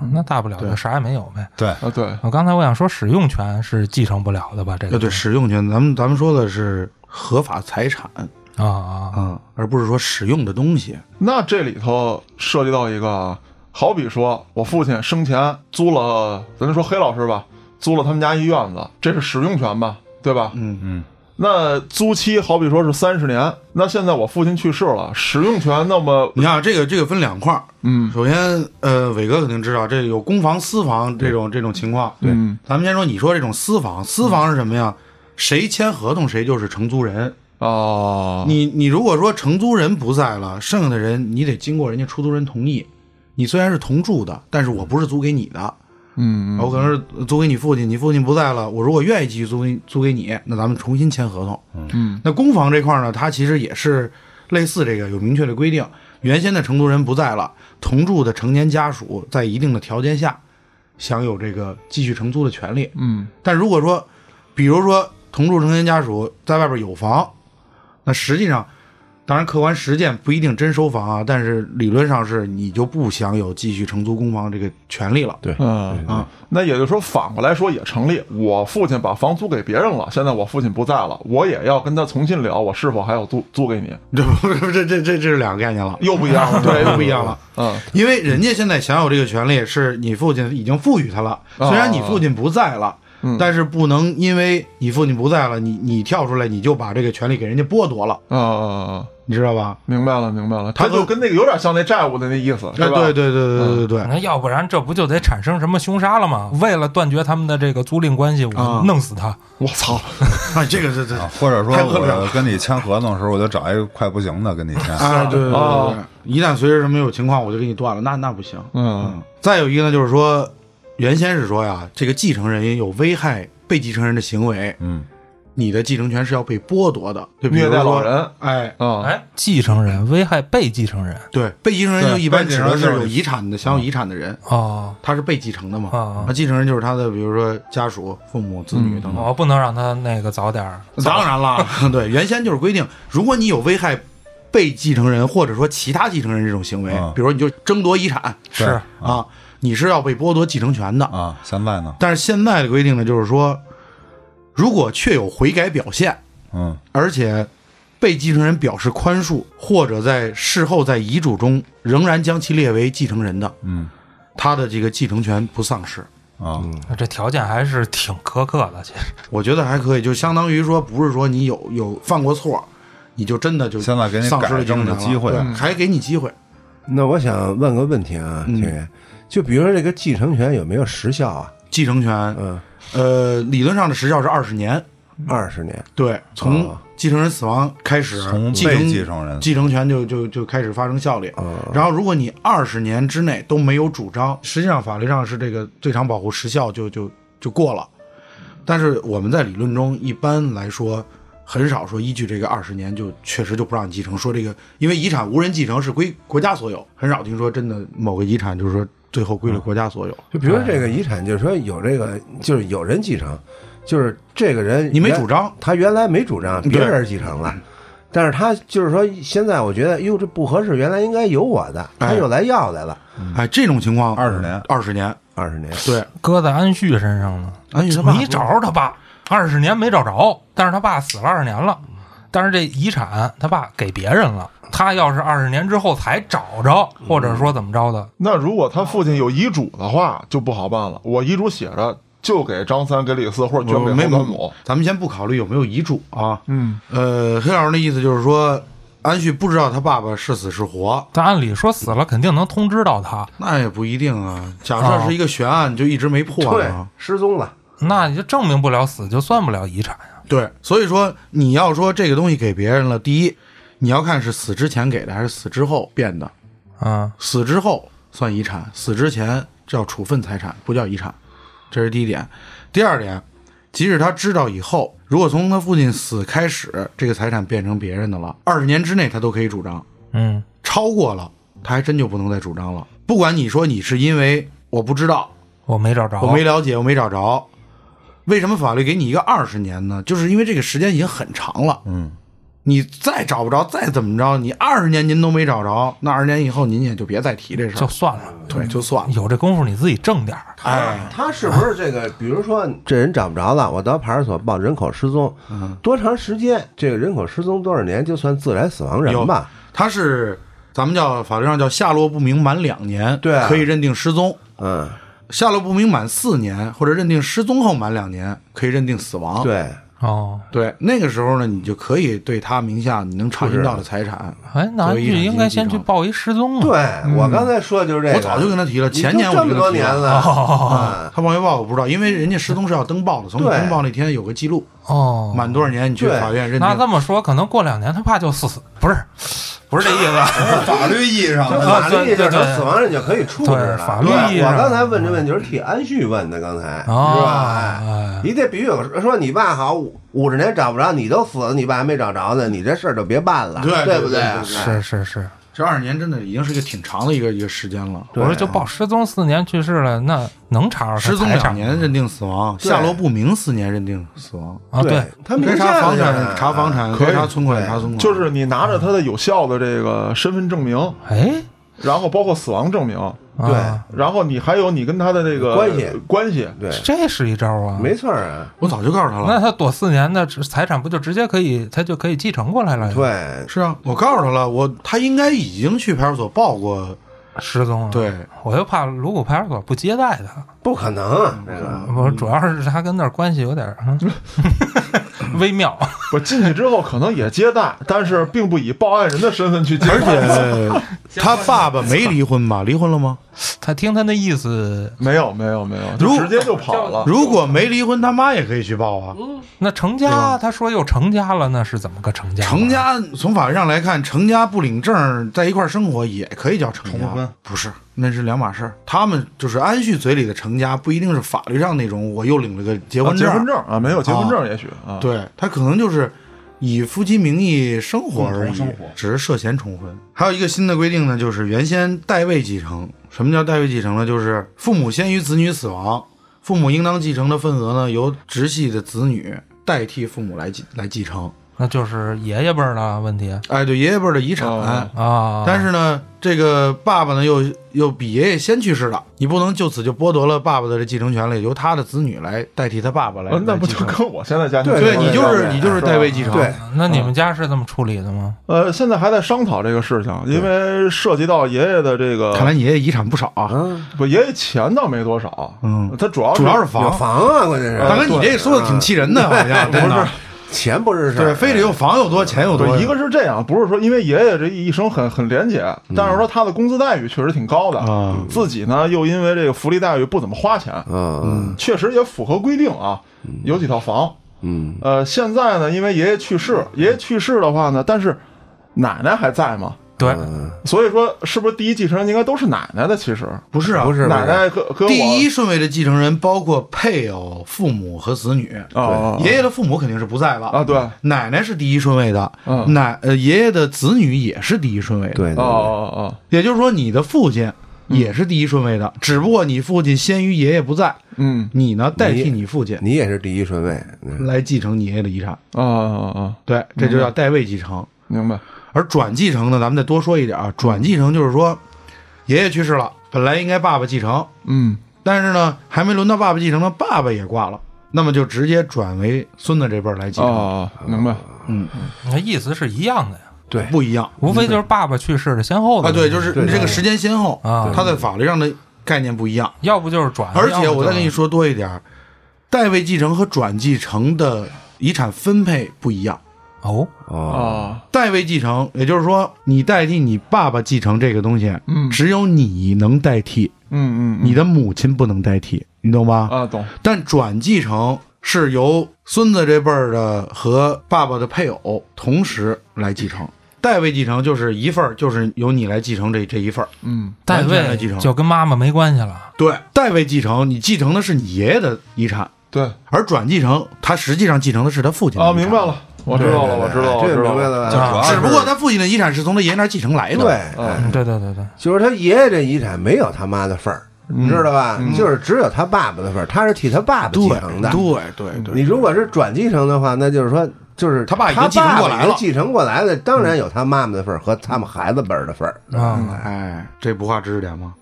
嗯那大不了就啥也没有呗。对，啊，对，我刚才我想说，使用权是继承不了的吧？这呃个对，使用权，咱们咱们说的是合法财产，啊啊，嗯，而不是说使用的东西。那这里头涉及到一个啊，好比说我父亲生前租了，咱就说黑老师吧，租了他们家一院子，这是使用权吧，对吧？嗯嗯。那租期好比说是三十年，那现在我父亲去世了，使用权那么你看啊这个这个分两块儿，嗯，首先呃，伟哥肯定知道这有公房、私房这种这种情况。对嗯咱们先说你说这种私房，私房是什么呀？谁签合同谁就是承租人。啊，你你如果说承租人不在了，剩下的人你得经过人家出租人同意。你虽然是同住的，但是我不是租给你的，啊嗯我可能是租给你父亲，你父亲不在了，我如果愿意继续租给租给你，那咱们重新签合同。嗯，那公房这块呢，它其实也是类似这个有明确的规定，原先的承租人不在了，同住的成年家属在一定的条件下享有这个继续承租的权利。嗯但如果说，比如说同住成年家属在外边有房，那实际上，当然客观实践不一定真收房啊，但是理论上是你就不享有继续承租公房这个权利了。对嗯啊，那也就是说反过来说也成立。我父亲把房租给别人了，现在我父亲不在了，我也要跟他重新聊，我是否还要租租给你，这不是 这这这这是两个概念了，又不一样了，对，又不一样。样了。嗯因为人家现在享有这个权利，是你父亲已经赋予他了。哦虽然你父亲不在了，嗯但是不能因为你父亲不在了，你你跳出来你就把这个权利给人家剥夺了，啊，你知道吧？明白了，明白了，他他和就跟那个有点像那债务的那意思，哎，是吧？嗯对对对对对对 那要不然这不就得产生什么凶杀了吗？为了断绝他们的这个租赁关系，啊我弄死他。我操，啊，这个这这哦啊，或者说太恶劣了我跟你签合同的时候，我就找一个快不行的跟你签。啊，对对对对哦，一旦随着什么有情况，我就给你断了，那那不行。嗯，再有一个呢，就是说，原先是说呀，这个继承人有危害被继承人的行为，嗯，你的继承权是要被剥夺的，对，比如虐待说老，人哎，啊，哎，继承人危害被继承人对，被继承人对就一般指被继承的人是就是有遗产的、享有遗产的人，哦，他是被继承的嘛啊啊，那继承人就是他的，比如说家属、父母、子女等等。我不能让他那个早点儿当然了， 对，原先就是规定，如果你有危害被继承人或者说其他继承人这种行为啊，比如说你就争夺遗产，对是啊，你是要被剥夺继承权的。啊，现在呢？但是现在的规定呢，就是说，如果确有悔改表现，嗯而且被继承人表示宽恕，或者在事后在遗嘱中仍然将其列为继承人的，嗯他的这个继承权不丧失。啊这条件还是挺苛刻的，其实我觉得还可以，就相当于说，不是说你有有犯过错，你就真的就现在给你丧失了改正的继承权了机会对还给你机会。那我想问个问题啊，嗯田爷，就比如说这个继承权有没有时效啊？继承权，嗯，呃，理论上的时效是二十年，二十年。对，从啊继承人死亡开始，从继被承继承人继承权就就就开始发生效力。啊然后，如果你二十年之内都没有主张，实际上法律上是这个最长保护时效就就就过了。但是我们在理论中一般来说很少说依据这个二十年就确实就不让你继承，说这个因为遗产无人继承是归国家所有，很少听说真的某个遗产就是说最后归了国家所有。就比如说这个遗产，就是说有这个，就是有人继承，就是这个人你没原主张，他原来没主张，对嗯别人继承了，但是他就是说现在我觉得，哟，这不合适，原来应该有我的，他哎又来要来了，哎，这种情况20年二十年，二十年。对，搁在安旭身上呢。安旭他爸你找着他爸，二十年没找着，但是他爸死了二十年了，但是这遗产他爸给别人了。他要是二十年之后才找着，或者说怎么着的，那如果他父亲有遗嘱的话，就不好办了。我遗嘱写着就给张三、给李四或我者捐给没侯端母。咱们先不考虑有没有遗嘱啊，嗯，呃，黑老师的意思就是说，安旭不知道他爸爸是死是活，但按理说死了肯定能通知到他，那也不一定啊。假哦设是一个悬案，就一直没破对啊。，失踪了，那你就证明不了死，就算不了遗产呀、对，所以说你要说这个东西给别人了，第一，你要看是死之前给的还是死之后变的。嗯，死之后算遗产，死之前叫处分财产，不叫遗产，这是第一点。第二点，即使他知道以后，如果从他父亲死开始，这个财产变成别人的了，二十年之内他都可以主张。嗯，超过了，他还真就不能再主张了。不管你说你是因为我不知道，我没找着，我没了解，我没找着，为什么法律给你一个二十年呢？就是因为这个时间已经很长了。嗯，你再找不着，再怎么着，你二十年您都没找着，那二十年以后您也就别再提这事儿，就算了，对，就算了。有这功夫你自己挣点儿。哎，他是不是这个？比如说， 这人找不着了，我到派出所报人口失踪，嗯多长时间？这个人口失踪多少年就算自然死亡人有吧？他是咱们叫法律上叫下落不明满两年，对啊可以认定失踪；嗯，下落不明满四年，或者认定失踪后满两年，可以认定死亡。对，哦，对，那个时候呢，你就可以对他名下你能查询到的财产。哎，那作咱为就遗产应该先去继承报一失踪啊。对我刚才说的就是这个，嗯我早就跟他提了，你前年都我就这么跟他多提年了。哦了，嗯他报没报我不知道，因为人家失踪是要登报的，从你对登报那天有个记录，哦，满多少年你去对法院认那定。这么说，可能过两年他爸就死死，不是，不是这意啊思。法律意义上就的法哦律对对就是对死亡人就可以处置了。对法律意义我啊上刚才问这问题就是替安旭问的，刚才是吧？哎哦，哎你得比喻有说你爸好五五十年找不着，你都死了，你爸还没找着呢，你这事儿就别办了，对不对对？哎对是是是，这二十年真的已经是一个挺长的一个一个时间了。我说就报失踪四年去世了，那能查啊着他嗯失踪财两产年认定死亡，对下落不明四年认定死亡。啊？对，他该名查下房的产呀查房产，可以该查存款查存款。就是你拿着他的有效的这个身份证明，哎，然后包括死亡证明，对啊然后你还有你跟他的这个关系关系，对，这是一招啊，没错儿啊，我早就告诉他那了。他躲四年的财产不就直接可以，他就可以继承过来了呀？对，是啊，我告诉他了，我他应该已经去派出所报过。失踪了。对，我就怕卢谷派出所不接待他，不可能啊，这个我主要是他跟那儿关系有点儿 嗯微妙。我进去之后可能也接待，但是并不以报案人的身份去接待。哎而且 他爸爸没离婚吧？离婚了吗？他听他那意思，没有没有没有，如就直接就跑了。如果没离婚，他妈也可以去报啊。哦那成家，他说又成家了，那是怎么个成家？成家从法律上来看，成家不领证在一块儿生活也可以叫成家，重婚不是，那是两码事儿。他们就是安旭嘴里的成家，不一定是法律上那种我又领了个结啊婚结证，婚证啊，没有结婚证，也许啊，，对他可能就是以夫妻名义生活而已，共同生活只是涉嫌重婚。还有一个新的规定呢，就是原先代位继承。什么叫代位继承呢？就是父母先于子女死亡，父母应当继承的份额呢，由直系的子女代替父母来继来继承。那就是爷爷辈儿的问题哎，对，爷爷辈儿的遗产。哎哦啊。但是呢，这个爸爸呢又又比爷爷先去世了，你不能就此就剥夺了爸爸的这继承权利，由他的子女来代替他爸爸来。呃那来不继就承跟我现在家庭对对情况你一就样是吗你就是吧代位继承。对那你嗯们家是这么处理的吗？呃，现在还在商讨这个事情，因为涉及到爷爷的这个，看来你爷爷遗产不少啊。不，爷爷钱倒没多少，嗯他主要主要是有房。房啊，关键是大哥，你这说的挺气人的，好像真的。钱不是事儿，对，非得有房有多，钱有多。对，一个是这样，不是说因为爷爷这一生很很廉洁，但是说他的工资待遇确实挺高的，啊自己呢又因为这个福利待遇不怎么花钱，嗯确实也符合规定啊，有几套房。嗯，呃，现在呢，因为爷爷去世，爷爷去世的话呢，但是奶奶还在嘛，对，呃所以说是不是第一继承人应该都是奶奶的？其实不是啊，不是奶奶和和我第一顺位的继承人包括配偶、父母和子女。哦，爷爷的父母肯定是不在了啊对奶奶是第一顺位的，嗯奶呃爷爷的子女也是第一顺位的。，对哦对对哦哦，也就是说你的父亲也是第一顺位的，只不过你父亲先于爷爷不在，嗯你呢代替你父亲你也是第一顺位，嗯来继承你爷爷的遗产。啊啊啊，对，这就叫代位继承。明白。而转继承呢，咱们再多说一点啊，转继承就是说，爷爷去世了，本来应该爸爸继承，嗯，但是呢，还没轮到爸爸继承呢，爸爸也挂了，那么就直接转为孙子这辈儿来继承，哦，明白。嗯，那意思是一样的呀，对不一样无非就是爸爸去世的先后的啊，对，问题就是这个时间先后啊它在法律上的概念不一样，要不就是转，而且要不我再就跟你说多一点儿，代位继承和转继承的遗产分配不一样。哦，哦，哦，代位继承，也就是说，你代替你爸爸继承这个东西，嗯只有你能代替，嗯嗯，你的母亲不能代替，你懂吗？啊，懂。但转继承是由孙子这辈儿的和爸爸的配偶同时来继承，代位继承就是一份儿，就是由你来继承这这一份儿。嗯，代完全来位继承就跟妈妈没关系了，对，代位继承，你继承的是你爷爷的遗产，对。而转继承，他实际上继承的是他父亲的遗啊，产。明白。了，我知道了，我知道了，我这知明道白了。了就主吧？要是只不过他父亲的遗产是从他爷爷那儿继承来的。对，，嗯哎嗯，对对对对，就是他爷爷这遗产没有他妈的份儿，你知道吧？就是只有他爸爸的份儿，他是替他爸爸继承的。对对对你如果是转继承的话，那就是说就是他爸已经他继承爸过爸来已经了继承过来的当然有他妈妈的份儿和他们孩子辈儿的份儿。啊哎，这不画知识点吗？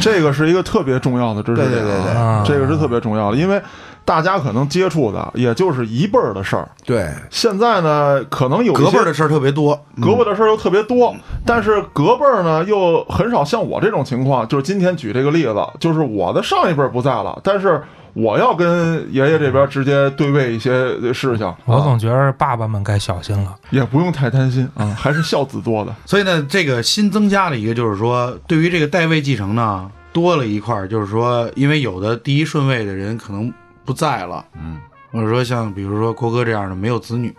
这个是一个特别重要的知识点啊，对对对对啊这个是特别重要的，因为大家可能接触的也就是一辈儿的事儿。对，现在呢，可能有一些隔辈儿的事儿特别多，隔辈儿的事儿又特别多，但是隔辈儿呢又很少像我这种情况。就是今天举这个例子，就是我的上一辈儿不在了，但是我要跟爷爷这边直接对位一些事情，我啊、总觉着爸爸们该小心了。也不用太担心啊，还是孝子多的。所以呢，这个新增加了一个，就是说对于这个代位继承呢，多了一块儿，就是说，因为有的第一顺位的人可能不在了，嗯，或者说像比如说郭哥这样的没有子女，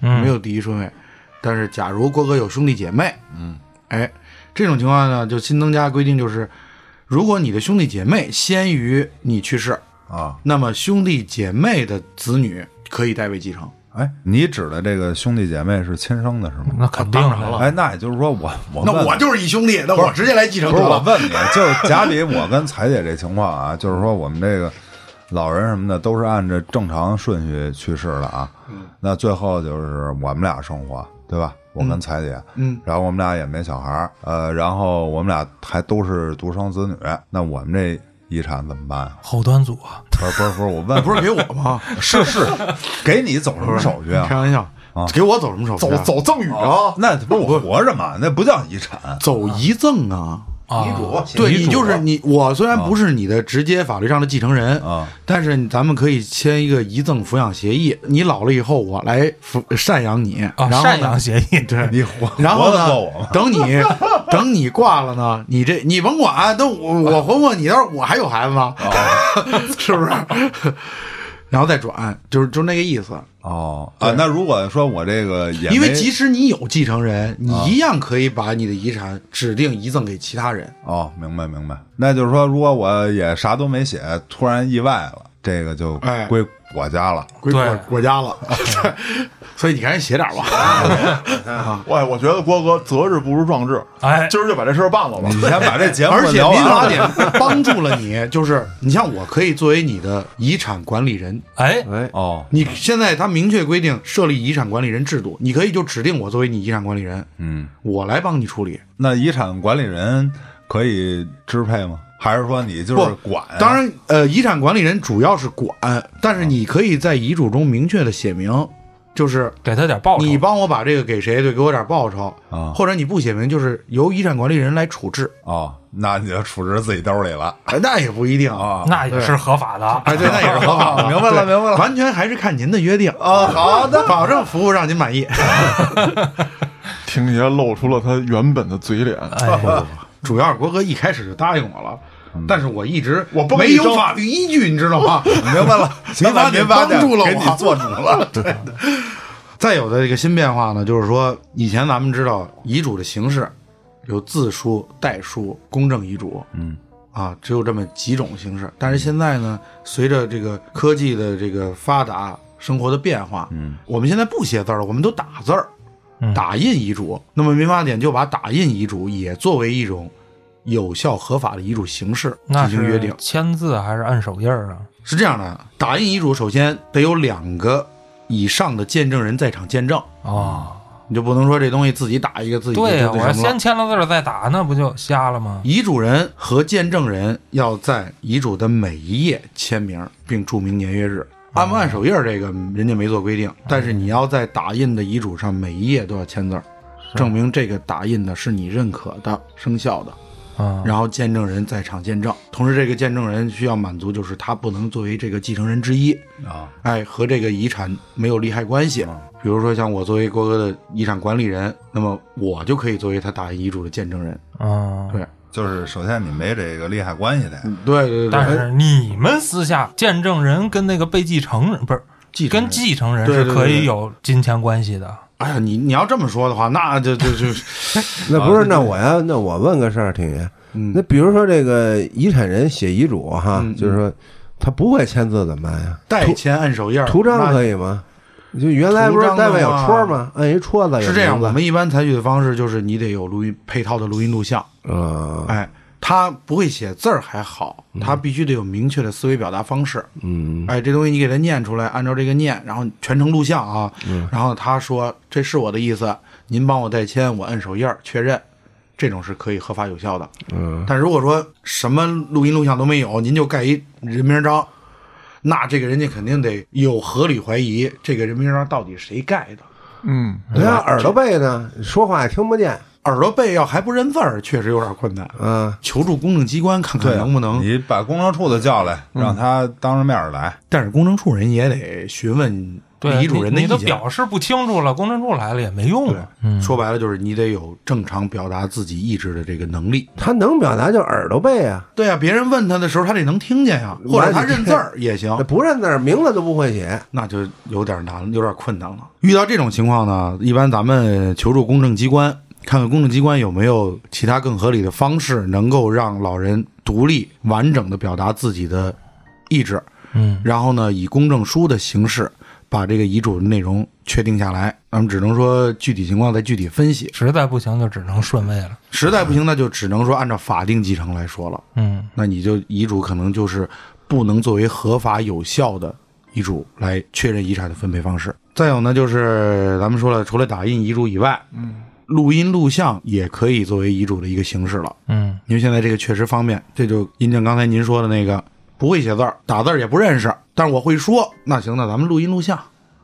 嗯没有第一顺位，但是假如郭哥有兄弟姐妹，嗯，哎，这种情况呢，就新增加规定就是，如果你的兄弟姐妹先于你去世，啊，那么兄弟姐妹的子女可以代位继承。哎，你指的这个兄弟姐妹是亲生的是吗？那肯定当然的了哎，那也就是说我我那问我就是一兄弟，那我直接来继承不得是我了。问你，就是家里我跟彩姐这情况啊，就是说我们这个老人什么的都是按照正常顺序去世的啊。那最后就是我们俩生活，对吧？我跟彩姐，嗯，然后我们俩也没小孩儿，呃，然后我们俩还都是独生子女，那我们这遗产怎么办啊？后端组啊，不是不是 不是，我问，不是给我吗？是是，给你走什么手续开啊？玩笑，给我走什么手续走啊？走赠与啊，哦那不是我活着嘛？那 不叫遗产。走遗赠啊！啊对你就是你，我虽然不是你的直接法律上的继承人啊，但是咱们可以签一个遗赠抚养协议，你老了以后我来抚赡养你，啊，然后赡呢养，协议对你活 然活后得呢过我吗？，等你 等你挂了呢，你这你甭管，都我我活不过你，但是我还有孩子呢，啊 是不是？然后再转，就是就是那个意思。哦啊，那如果说我这个也因为没啊即使你有继承人，你一样可以把你的遗产指定遗赠给其他人。哦，明白明白。那就是说，如果我也啥都没写，突然意外了，这个就哎归我家了。归对国国家了， 所以你赶紧写点儿 吧。哎，我觉得郭哥择日不如撞日，哎今儿就把这事儿办了吧你。先把这节目 而且聊啊民完法了。典帮助了你，就是 你像我可以作为你的遗产管理人。哎哎，哦，你现在它明确规定设立遗产管理人制度，你可以就指定我作为你遗产管理人，嗯，我来帮你处理。那遗产管理人可以支配吗？还是说你就是不管啊？当然，呃，遗产管理人主要是管，但是你可以在遗嘱中明确的写明，就是给他点报酬你帮我把这个给谁，对，给我点报酬啊或者你不写明，就是由遗产管理人来处置，哦，那你就处置自己兜里 了哎那也不一定啊。啊。那也是合 法的。哎，对，那也是合法的。明白了对明白了完全还是看您的约定啊。好的， 保证服务让您满意。婷爷露出了他原本的嘴脸，哎，主要是国哥一开始就答应我了，但是我一直我不跟没你有争法律依据，你知道吗？明白了，民法典民法帮典助了给我你做主了。对，再有的这个新变化呢，就是说以前咱们知道遗嘱的形式有自书、代书、公证遗嘱，嗯，啊，只有这么几种形式。但是现在呢，随着这个科技的这个发达，生活的变化，嗯，我们现在不写字儿了，我们都打字儿，嗯打印遗嘱。那么民法典就把打印遗嘱也作为一种有效合法的遗嘱形式那进行约定是。签字还是按手印儿啊？是这样的，打印遗嘱首先得有两个以上的见证人在场见证。哦，你就不能说这东西自己打一个嗯自己对呀，呀、我要先签了字儿再打，那不就瞎了吗？遗嘱人和见证人要在遗嘱的每一页签名，并注明年月日。啊按不按手印儿这个人家没做规定，但是你要在打印的遗嘱上每一页都要签字儿，证明这个打印的是你认可的、生效的。啊，然后见证人在场见证，同时这个见证人需要满足就是他不能作为这个继承人之一，啊，哎，和这个遗产没有利害关系。啊比如说，像我作为郭哥的遗产管理人，那么我就可以作为他打印遗嘱的见证人。嗯，对，就是首先你没这个利害关系嗯的，对对对，但是你们私下见证人跟那个被继承人不是继承人跟继承人对是对可对以对有金钱关系的。哎呀，你你要这么说的话，那就就 就，那不是？那我要那我问个事儿，挺爷，啊嗯那比如说这个遗产人写遗嘱哈嗯，就是说他不会签字怎么办呀？代签按手印儿，图章可以。以吗？就原来不是单位有戳吗？按一戳子有是这样，名字我们一般采取的方式就是你得有录音配套的录音录像，啊，哎，他不会写字儿还好，他必须得有明确的思维表达方式。嗯，哎，这东西你给他念出来，按照这个念，然后全程录像啊，然后他说这是我的意思，您帮我代签，我摁手印儿确认，这种是可以合法有效的。嗯，但如果说什么录音录像都没有，您就盖一人名章，那这个人家肯定得有合理怀疑，这个人名章到底谁盖的？嗯，人家耳朵背呢，说话也听不见，耳朵背要还不认字儿，确实有点困难。嗯，求助公证机关看看对，啊能不能。你把工程处的叫来，让他当着面儿来。但是公证处人也得询问对遗嘱人的你意你都见。表示不清楚了，公证处来了也没用啊。嗯，说白了就是你得有正常表达自己意志的这个能力。他能表达就耳朵背啊，对呀、别人问他的时候，他得能听见呀，或者他认字儿也行那，不认字儿名字都不会写，那就有点难，有点困难了。遇到这种情况呢，一般咱们求助公证机关，看看公证机关有没有其他更合理的方式，能够让老人独立完整的表达自己的意志。嗯，然后呢，以公证书的形式把这个遗嘱的内容确定下来。咱们只能说具体情况再具体分析，实在不行就只能顺位了。实在不行那就只能说按照法定继承来说了。嗯，那你就遗嘱可能就是不能作为合法有效的遗嘱来确认遗产的分配方式。再有呢，就是咱们说了，除了打印遗嘱以外，嗯，录音录像也可以作为遗嘱的一个形式了。嗯，因为现在这个确实方便，这就印证刚才您说的那个不会写字儿，打字儿也不认识，但是我会说，那行，那咱们录音录像，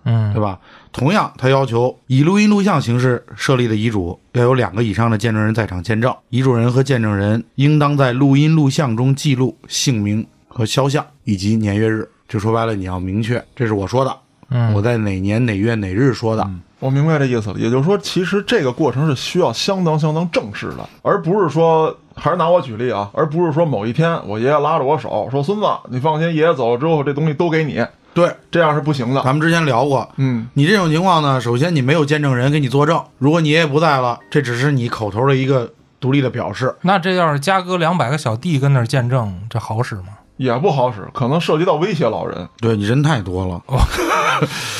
嗯，对吧？同样，他要求以录音录像形式设立的遗嘱要有两个以上的见证人在场见证，遗嘱人和见证人应当在录音录像中记录姓名和肖像以及年月日。就说白了，你要明确，这是我说的，嗯我在哪年哪月哪日说的。我明白这意思了。也就是说，其实这个过程是需要相当相当正式的，而不是说，还是拿我举例啊，而不是说某一天我爷爷拉着我手说：“孙子，你放心，爷爷走了之后，这东西都给你。对，”这样是不行的。咱们之前聊过，嗯，你这种情况呢，首先你没有见证人给你作证，如果你爷爷不在了，这只是你口头的一个独立的表示。那这要是加哥两百个小弟跟那儿见证，这好使吗？也不好使，可能涉及到威胁老人。对你人太多了，哦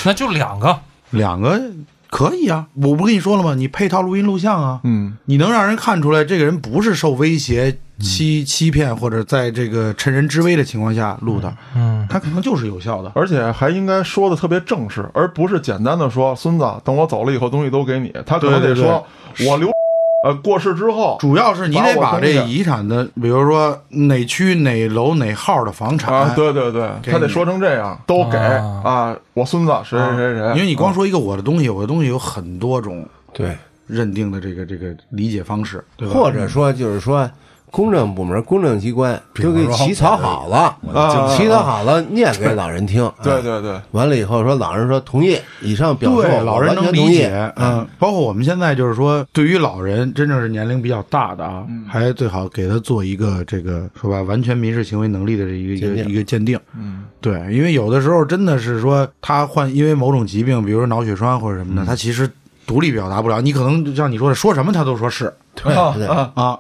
那就两个，两个可以啊，我不跟你说了吗？你配套录音录像啊，嗯，你能让人看出来这个人不是受威胁、欺欺骗或者在这个趁人之危的情况下录的，嗯，他可能就是有效的。而且还应该说的特别正式，而不是简单的说：“孙子，等我走了以后，东西都给你。”他可能对得对说：“我留，呃，过世之后主要是你得把把我东西这遗产的，比如说哪区哪楼哪号的房产，啊，对对对，给他得你哦说成这样，都给啊啊，我孙子谁谁谁谁，因为你光说一个我的东西，我的东西有很多种对，认定的这个这个理解方式，对吧？或者说就是说，公证部门、公证机关都给起草好了，啊起草好了念给老人 听，对嗯啊，对对，完了以后说老人说同意，以上表述对，老人我完能全理同意解，，嗯，包括我们现在就是说，对于老人真正是年龄比较大的啊，嗯还最好给他做一个这个说白，完全民事行为能力的这一个一鉴个定一个鉴定，嗯，对，因为有的时候真的是说他患因为某种疾病，比如说脑血栓或者什么的，他其实独立表达不了，你可能就像你说的，说什么他都说是对对啊啊，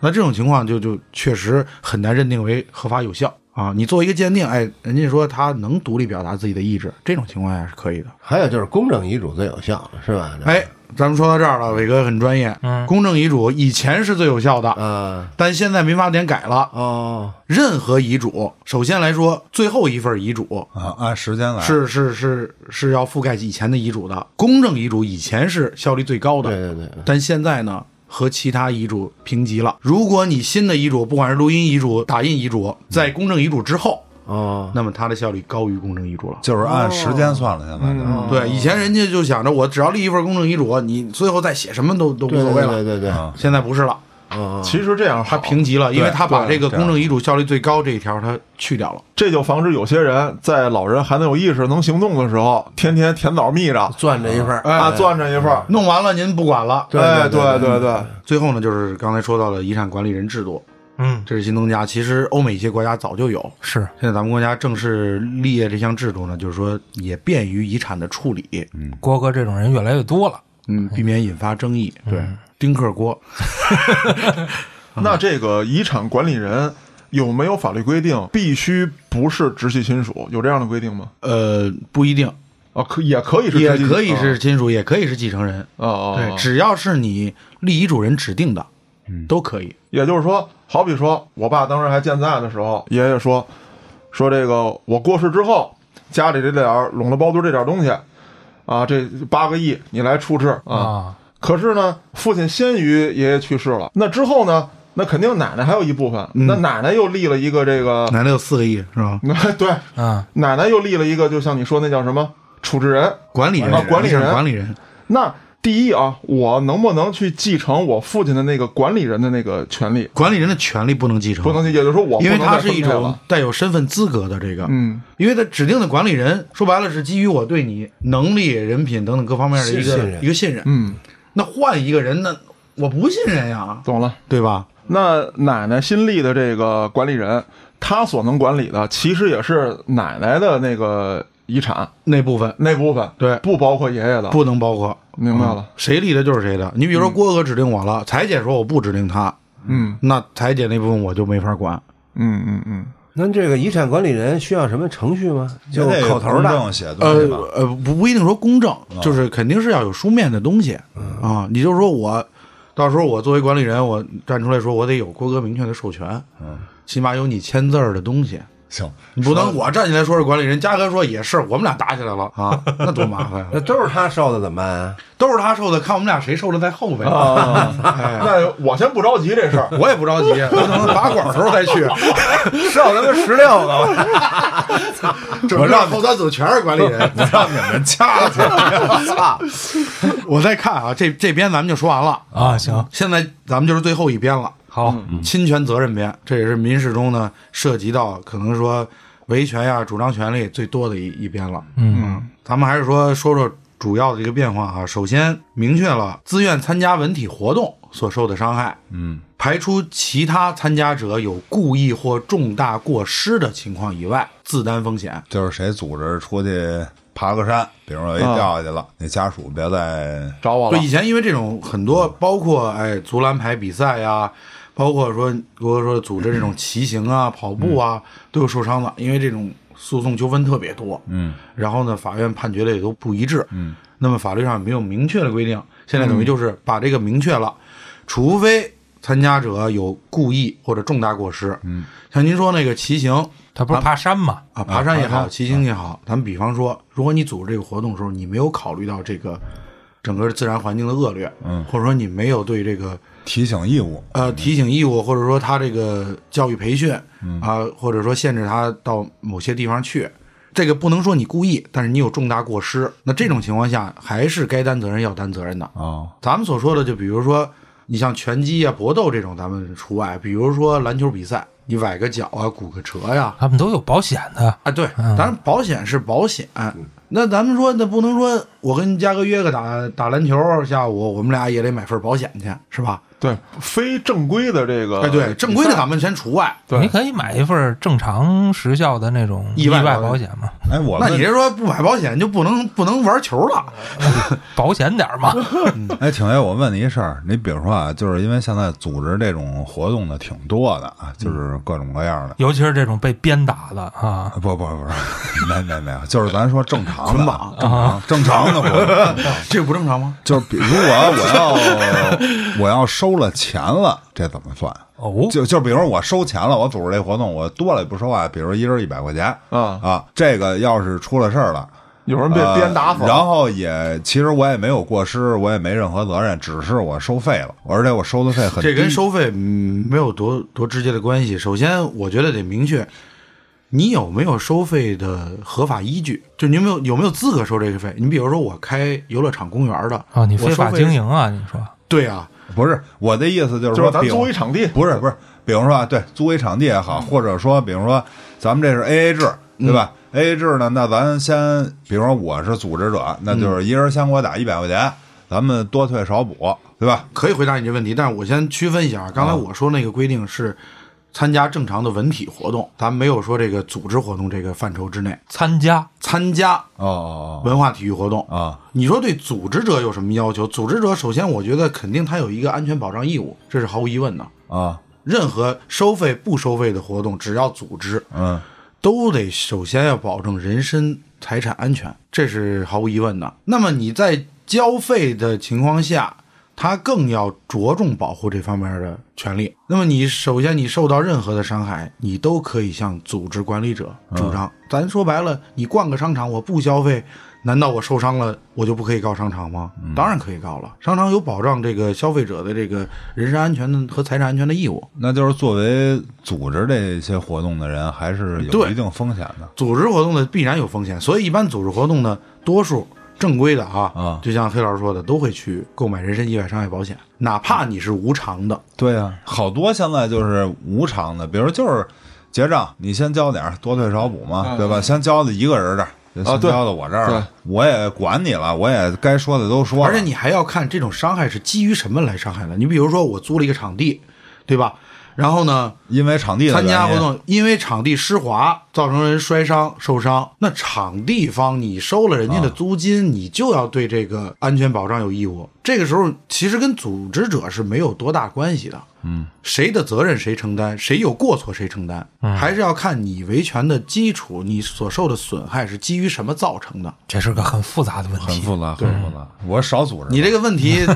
那这种情况就就确实很难认定为合法有效。啊，你做一个鉴定，哎，人家说他能独立表达自己的意志，这种情况下是可以的。还有就是公证遗嘱最有效，是吧？哎，咱们说到这儿了，伟哥很专业。嗯公证遗嘱以前是最有效的，啊，但现在民法典改了。哦，任何遗嘱，首先来说，最后一份遗嘱啊，按时间哎来。是是是是要覆盖以前的遗嘱的。公证遗嘱以前是效率最高的，对对对，但现在呢和其他遗嘱平级了。如果你新的遗嘱，不管是录音遗嘱、打印遗嘱，在公证遗嘱之后，哦，那么它的效率高于公证遗嘱了。就是按时间算了，现嗯在就是哦对，以前人家就想着我只要立一份公证遗嘱，你最后再写什么都都无对所谓对了。对对对，啊现在不是了。哦，其实这样他好，评级了，因为对他把对这个公证遗嘱效率最高这一条他去掉了。这就防止有些人在老人还能有意识、能行动的时候，天天填枣蜜着攥着一份儿，啊，攥着一份儿。哎弄完了您不管了。哎，对对对对，最后呢，就是刚才说到了遗产管理人制度，嗯，这是新增加。其实欧美一些国家早就有，是，现在咱们国家正式立业这项制度呢，就是说也便于遗产的处理，郭哥这种人越来越多了。嗯，避免引发争议。对，丁克锅那这个遗产管理人有没有法律规定必须不是直系亲属？有这样的规定吗？呃不一定，啊，可也可以是啊也直系亲属，可以是亲属，也可以是继承人。啊啊，啊对，只要是你立遗嘱人指定的，都可以。也就是说，好比说我爸当时还健在的时候，爷爷说说这个我过世之后，家里这点儿拢了包堆这点儿东西，啊，这八个亿你来处置啊。啊，可是呢，父亲先于爷爷去世了，那之后呢，那肯定奶奶还有一部分，那奶奶又立了一个这个，奶奶有四个亿是吧？那 对，嗯，奶奶又立了一个，就像你说那叫什么处置人。管理人啊，管理人是管理人，那第一啊，我能不能去继承我父亲的那个管理人的那个权利？管理人的权利不能继承，不能，也就是说我不因为能它再是一分配种了。带有身份资格的这个，嗯，因为他指定的管理人，说白了是基于我对你能力、人品等等各方面的一信个任一个信任。嗯，那换一个人，那我不信任呀，懂了。对吧？那奶奶新立的这个管理人，他所能管理的其实也是奶奶的那个遗产那部分那部分，对不包括爷爷的。，不能包括，明白了。谁立的就是谁的。你比如说郭哥指定我了，彩姐说我不指定他，嗯那彩姐那部分我就没法管。嗯嗯嗯，那这个遗产管理人需要什么程序吗？就就口头的的，写东呃西吧。呃，不不一定说公证，就是肯定是要有书面的东西啊。你就是说我到时候我作为管理人，我站出来说我得有郭哥明确的授权，起码有你签字儿的东西。行，你不能我站起来说是管理人，嘉哥说也是，我们俩打起来了啊， 那多麻烦呀、那都是他受的怎么办 啊？都是他受的，看我们俩谁受的在后边。啊， 哎那我先不着急这事儿。 我也不着急，我等拔管的时候再去。受他妈十六个， 我让后三组全是管理人，我让你们掐 去。我再看啊，这这边咱们就说完了，啊，行，现在咱们就是最后一边了。好，侵权责任篇，这也是民事中呢涉及到可能说维权呀、主张权利最多的一一边了。嗯，咱们还是说说说主要的一个变化啊。首先明确了自愿参加文体活动所受的伤害，嗯，排除其他参加者有故意或重大过失的情况以外，自担风险。就是谁组织出去爬个山，比如说一掉下去了，那家属别再找我了对，以。前因为这种很多，包括哎足篮排比赛呀，包括说如果说组织这种骑行啊、跑步啊，都有受伤的，因为这种诉讼纠纷特别多。嗯，然后呢，法院判决的也都不一致。嗯，那么法律上也没有明确的规定，现在等于就是把这个明确了，除非参加者有故意或者重大过失。嗯，像您说那个骑行。他不是爬山吗？啊，爬山也好，骑行也好，咱们比方说，如果你组织这个活动的时候，你没有考虑到这个整个自然环境的恶劣，嗯，或者说你没有对这个提醒义务。呃提醒义务，或者说他这个教育培训啊、或者说限制他到某些地方去，这个不能说你故意，但是你有重大过失，那这种情况下还是该担责任要担责任的。啊，咱们所说的，就比如说你像拳击啊、搏斗这种，咱们除外，比如说篮球比赛，你崴个脚啊、骨个折呀、他们都有保险的，啊，对，当然保险是保险。嗯那咱们说，那不能说我跟嘉哥约个打打篮球，下午我们俩也得买份保险去，是吧？对，非正规的这个，呃哎，对，正规的咱们先除外。对你可以买一份正常时效的那种意外外保险保险哎，嘛，我那你问，这说不买保险就不能不能玩球了？保险点儿嘛。哎，挺爷，我问你一事儿，你比如说啊，就是因为现在组织这种活动的挺多的啊，嗯就是各种各样的。尤其是这种被鞭打的啊，不不不是，没没没有，就是咱说正常的啊，捆正常正常的活动，哎这不正常吗？就是比如果我要我要收了钱了，这怎么算？哦，就就比如我收钱了，我组织这活动，我多了也不收啊，比如一人一百块钱啊啊，这个要是出了事儿了。有人被呃鞭打死了。然后也其实我也没有过失，我也没任何责任，只是我收费了，而且我收的呃费很低。这跟收费嗯没有多多直接的关系。首先，我觉得得明确你有没有收费的合法依据，就你有没有有没有资格收这个费。你比如说，我开游乐场、公园的哦，你我非收法费经营啊？你说对啊，不是我的意思就就是说是比，咱租一场 地，不是不是，比如说啊，对，租一场地也好，或者说，比如说咱们这是 A A 制，对吧？A A 制呢，那咱先，比如说我是组织者，那就是一人先给我打一百块钱，咱们多退少补，对吧？可以回答你这问题，但是我先区分一下啊，刚才我说那个规定是参加正常的文体活动，咱没有说这个组织活动这个范畴之内，参加参加哦哦文化体育活动哦。啊，你说对组织者有什么要求？组织者首先，我觉得肯定他有一个安全保障义务，这是毫无疑问的。啊，任何收费不收费的活动，只要组织，嗯，都得首先要保证人身财产安全，这是毫无疑问的。那么你在交费的情况下，他更要着重保护这方面的权利。那么你首先你受到任何的伤害，你都可以向组织管理者主张。咱说白了，你逛个商场，我不消费，难道我受伤了我就不可以告商场吗？当然可以告了，商场有保障这个消费者的这个人身安全的和财产安全的义务。那就是作为组织这些活动的人，还是有对一定风险的。组织活动的必然有风险，所以一般组织活动呢，多数正规的啊，啊就像黑老师说的，都会去购买人身意外伤害保险，哪怕你是无偿的，对啊，好多现在就是无偿的，比如就是结账，你先交点儿，多退少补嘛，啊对吧？先交到一个人这儿，先对交到我这儿了，对我也管你了，我也该说的都说了。而且你还要看这种伤害是基于什么来伤害的。你比如说，我租了一个场地，对吧？然后呢，因为场地的参加原活因，动因为场地湿滑造成人摔伤受伤，那场地方你收了人啊家的租金，你就要对这个安全保障有义务。这个时候其实跟组织者是没有多大关系的，嗯，谁的责任谁承担，谁有过错谁承担，嗯还是要看你维权的基础，你所受的损害是基于什么造成的。这是个很复杂的问很题。复杂，很复杂。我少组织，你这个问 题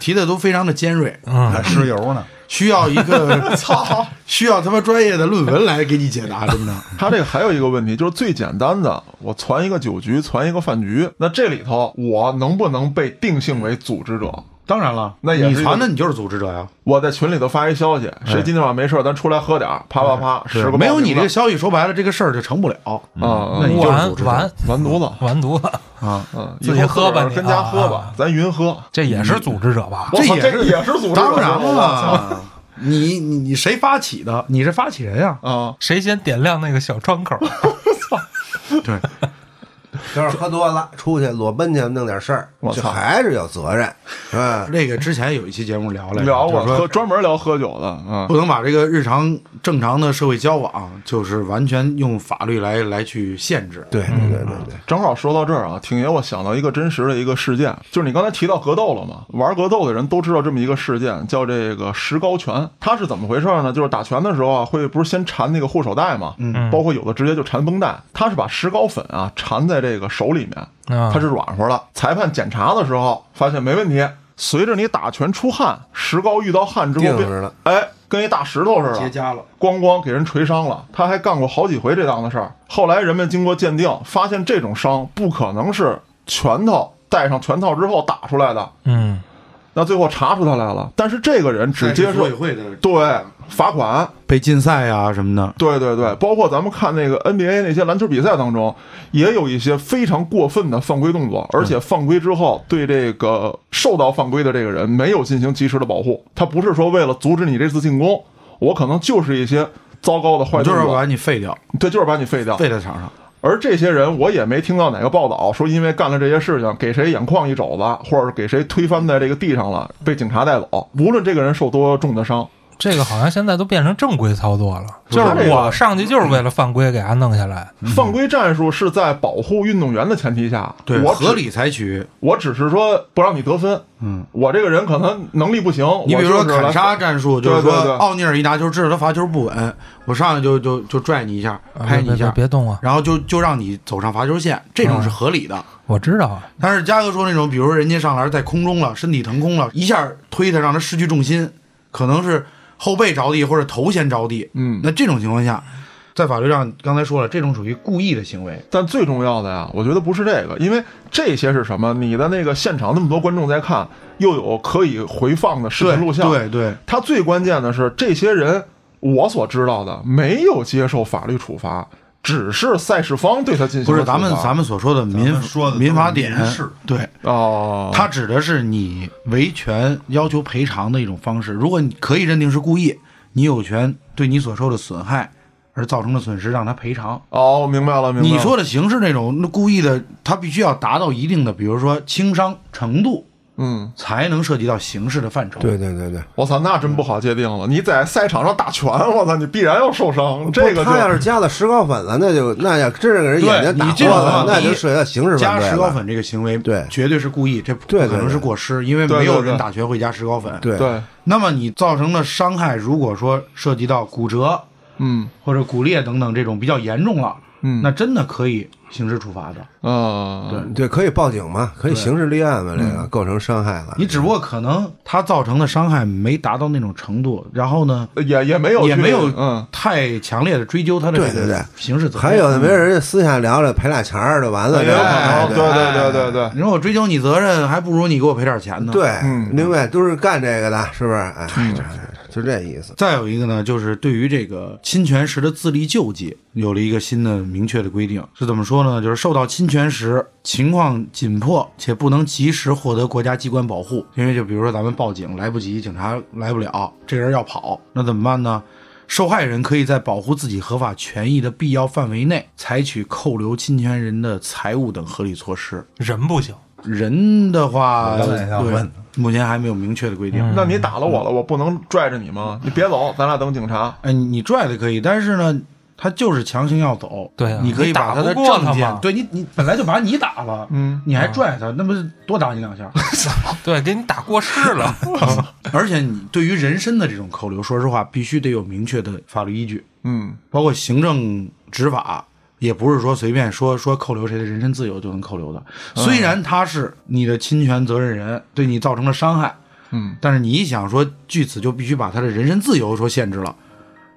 提的都非常的尖锐，还石油呢？需要一 个操，需要他妈专业的论文来给你解答，真的。他这个还有一个问题，就是最简单的，我传一个酒局，传一个饭局，那这里头我能不能被定性为组织者？当然了，那也是你一个传的你就是组织者呀。我在群里头发一消息，谁今天晚上没事儿，咱出来喝点儿，啪啪啪，是十个哎没有你这这个消息，说白了这个事儿就成不了。啊那你就是完组织者完完犊子，完犊子，嗯，自己喝一会吧儿你跟家喝吧啊，咱云喝。这也是组织者吧？我操也这是也是组织者，当然我操。了，你你你谁发起的？你是发起人呀啊！谁先点亮那个小窗口？对，要是喝多了出去裸奔去弄点事儿，我这操还是有责任，嗯，这个之前有一期节目聊来着聊哎啊就过是说喝，专门聊喝酒的啊。不能把这个日常正常的社会交往，就是完全用法律来来去限制。对对对对对，正好说到这儿啊，挺爷，我想到一个真实的一个事件，就是你刚才提到格斗了嘛，玩格斗的人都知道这么一个事件，叫这个石膏拳。它是怎么回事呢？就是打拳的时候啊，会不是先缠那个护手带嘛，嗯，包括有的直接就缠绷带，它是把石膏粉啊缠在这个手里面，啊它是软和的。裁判检查的时候发现没问题，随着你打拳出汗，石膏遇到汗之后定变着了，哎，跟一大石头似的结痂了。咣咣给人锤伤了。他还干过好几回这档子事儿。后来人们经过鉴定，发现这种伤不可能是拳头戴上拳套之后打出来的。嗯，那最后查出他来了，但是这个人只接受会的对罚款，被禁赛呀什么的，对对对，包括咱们看那个 NBA 那些篮球比赛当中，也有一些非常过分的犯规动作，嗯而且犯规之后对这个受到犯规的这个人没有进行及时的保护，他不是说为了阻止你这次进攻，我可能就是一些糟糕的坏我动就作，是要把你废掉，对，就是把你废掉。废在场上。而这些人，我也没听到哪个报道说因为干了这些事情，给谁眼眶一肘子，或者是给谁推翻在这个地上了，被警察带走。无论这个人受多重的伤，这个好像现在都变成正规操作了，就不是这是个我上去就是为了犯规给他弄下来。嗯犯规战术是在保护运动员的前提下，对，我只合。理采取。我只是说不让你得分，嗯，我这个人可能能力不行。你比如我说就是来砍杀战术，对就是对说哦对奥尼尔一拿球，知道他罚球不稳，我上来就就就拽你一下，嗯拍你别一别下，别动啊！然后就就让你走上罚球线，这种是合理的。我知道啊，但是嘉哥说那种，比如说人家上篮在空中了，身体腾空了，一下推他，让他失去重心，可能是后背着地或者头先着地。嗯那这种情况下，在法律上刚才说了，这种属于故意的行为。但最重要的呀，我觉得不是这个，因为这些是什么？你的那个现场那么多观众在看，又有可以回放的视对频录像，对对，他最关键的是，这些人我所知道的没有接受法律处罚，只是赛事方对他进行不了是处罚咱们咱们所说的民们说的都是民法典民事，对，哦，它指的是你维权要求赔偿的一种方式。如果你可以认定是故意，你有权对你所受的损害而造成的损失让他赔偿。哦，明白了，明白了。你说的刑事那种那故意的，他必须要达到一定的，比如说轻伤程度，嗯，才能涉及到刑事的范畴。对对对对。我操，那真不好界定了。你在赛场上打拳，我操，你必然要受伤。这个不他要就是加了石膏粉了，那就那要真是给人对眼睛打你这破种了，的话那就涉及到刑事犯加罪石膏了。粉这个行为，对绝对是故意，这不对对可能是对过失，因为对没有对对人打拳会加石膏粉。对，对，那么你造成的伤害，如果说涉及到骨折嗯或者骨裂等等这种比较严重了，嗯那真的可以刑事处罚的。啊，对对，可以报警嘛，可以刑事立案嘛，这个构成伤害了。你只不过可能他造成的伤害没达到那种程度，然后呢，也也没有也去没有嗯，太强烈的追究他的对这个对对刑事责任。还有的没人人家私下聊聊赔俩钱儿就完了，也有可哎能，对对对对对，你说我追究你责任，还不如你给我赔点钱呢。对嗯，另外都是干这个的，是不是？哎，就这意思。再有一个呢，就是对于这个侵权时的自力救济有了一个新的明确的规定，是怎么说呢？就是受到侵权时情况紧迫且不能及时获得国家机关保护，因为就比如说咱们报警来不及，警察来不了，这人要跑，那怎么办呢？受害人可以在保护自己合法权益的必要范围内，采取扣留侵权人的财物等合理措施。人不行，人的话，我刚才想问对，目前还没有明确的规定。那你打了我了，我不能拽着你吗？你别走，咱俩等警察。哎，你拽的可以，但是呢，他就是强行要走。对啊你可以你打把不的过他证件嘛，对你，你本来就把你打了，嗯，你还拽他，那不是多打你两 下？对，给你打过世了。而且你对于人身的这种扣留，说实话，必须得有明确的法律依据，嗯，包括行政执法。也不是说随便说说扣留谁的人身自由就能扣留的，嗯虽然他是你的侵权责任人，对你造成了伤害，嗯，但是你一想说据此就必须把他的人身自由说限制了，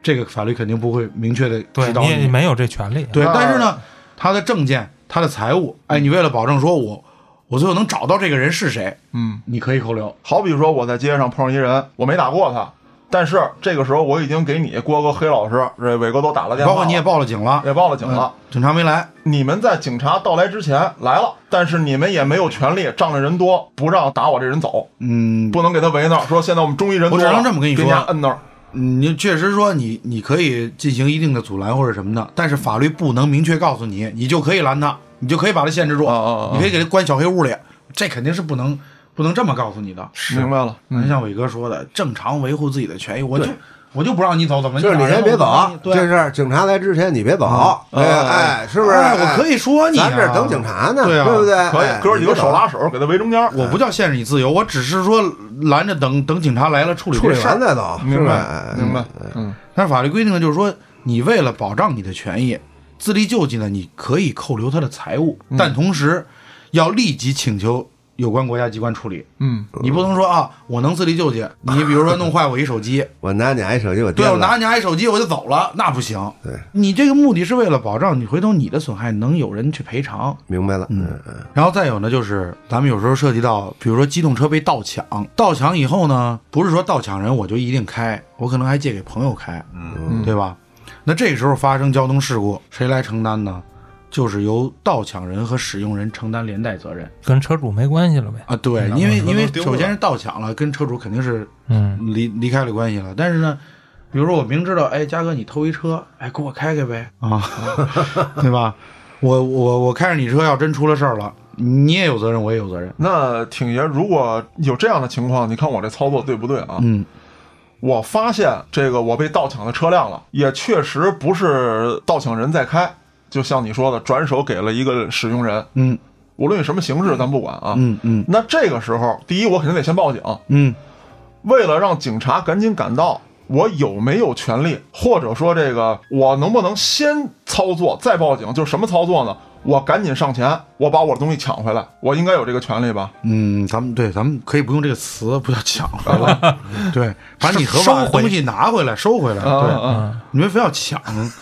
这个法律肯定不会明确的对指导你没有这权利。对，那但是呢，他的证件、他的财物，哎，嗯你为了保证说我我最后能找到这个人是谁，嗯，你可以扣留。好比说我在街上碰上一人，我没打过他，但是这个时候我已经给你郭哥、黑老师、这伟哥都打了电话包了，括你也报了警了，也报了警了。嗯警察没来，你们在警察到来之前来了，但是你们也没有权利仗着人多不让打我这人走，嗯，不能给他围那儿。说现在我们终于人多了，我只能这么跟你说给家摁那儿。嗯你确实说你你可以进行一定的阻拦或者什么的，但是法律不能明确告诉你，你就可以拦他，你就可以把他限哦制住，啊啊啊你可以给他关小黑屋里，这肯定是不能不能这么告诉你的。嗯明白了，嗯就像伟哥说的，正常维护自己的权益，我就我就不让你走，怎么就是你打人了先别我不让走啊你，对啊哦这事儿警察来之前你别走，哎哎，是不是？哎我可以说你啊，咱这儿等警察呢，对啊不对？可哎以，哥几个手。你别走拉手给他围中间。我不叫限制你自由，我只是说拦着等等警察来了处理处这理事儿完。再走，是明吧白，哎明白。嗯，但是法律规定呢，就是说你为了保障你的权益，自力救济呢，你可以扣留他的财物，嗯但同时要立即请求有关国家机关处理。嗯，你不能说啊，我能自力救济，你比如说弄坏我一手机，我拿你 i 手机，我对颠我嗯了拿你 i 手机我就走了，那不行。对，你这个目的是为了保障你回头你的损害能有人去赔偿。明白了，嗯嗯，然后再有呢，就是咱们有时候涉及到，比如说机动车被盗抢，盗抢以后呢，不是说盗抢人我就一定开，我可能还借给朋友开，嗯，对吧？那这个时候发生交通事故，谁来承担呢？就是由盗抢人和使用人承担连带责任跟车主没关系了呗。啊。对，因为车都因为丢了首先是盗抢了，跟车主肯定是嗯，离离开了关系了。但是呢，比如说我明知道，哎，嘉哥你偷一车，哎，给我开开呗，啊， 对吧？我我我开着你车，要真出了事儿了，你也有责任，我也有责任。那挺爷，如果有这样的情况，你看我这操作对不对啊？嗯，我发现这个我被盗抢的车辆了，也确实不是盗抢人在开，就像你说的，转手给了一个使用人，嗯无论以什么形式，咱不管啊。嗯嗯那这个时候，第一，我肯定得先报警，嗯，为了让警察赶紧赶到，我有没有权利，或者说这个我能不能先操作再报警？就什么操作呢？我赶紧上前，我把我的东西抢回来，我应该有这个权利吧？嗯，咱们对，咱们可以不用这个词，不要抢回来。 对，把你合法收的回东西拿回来，收回来。啊啊对，嗯啊！你们非要抢，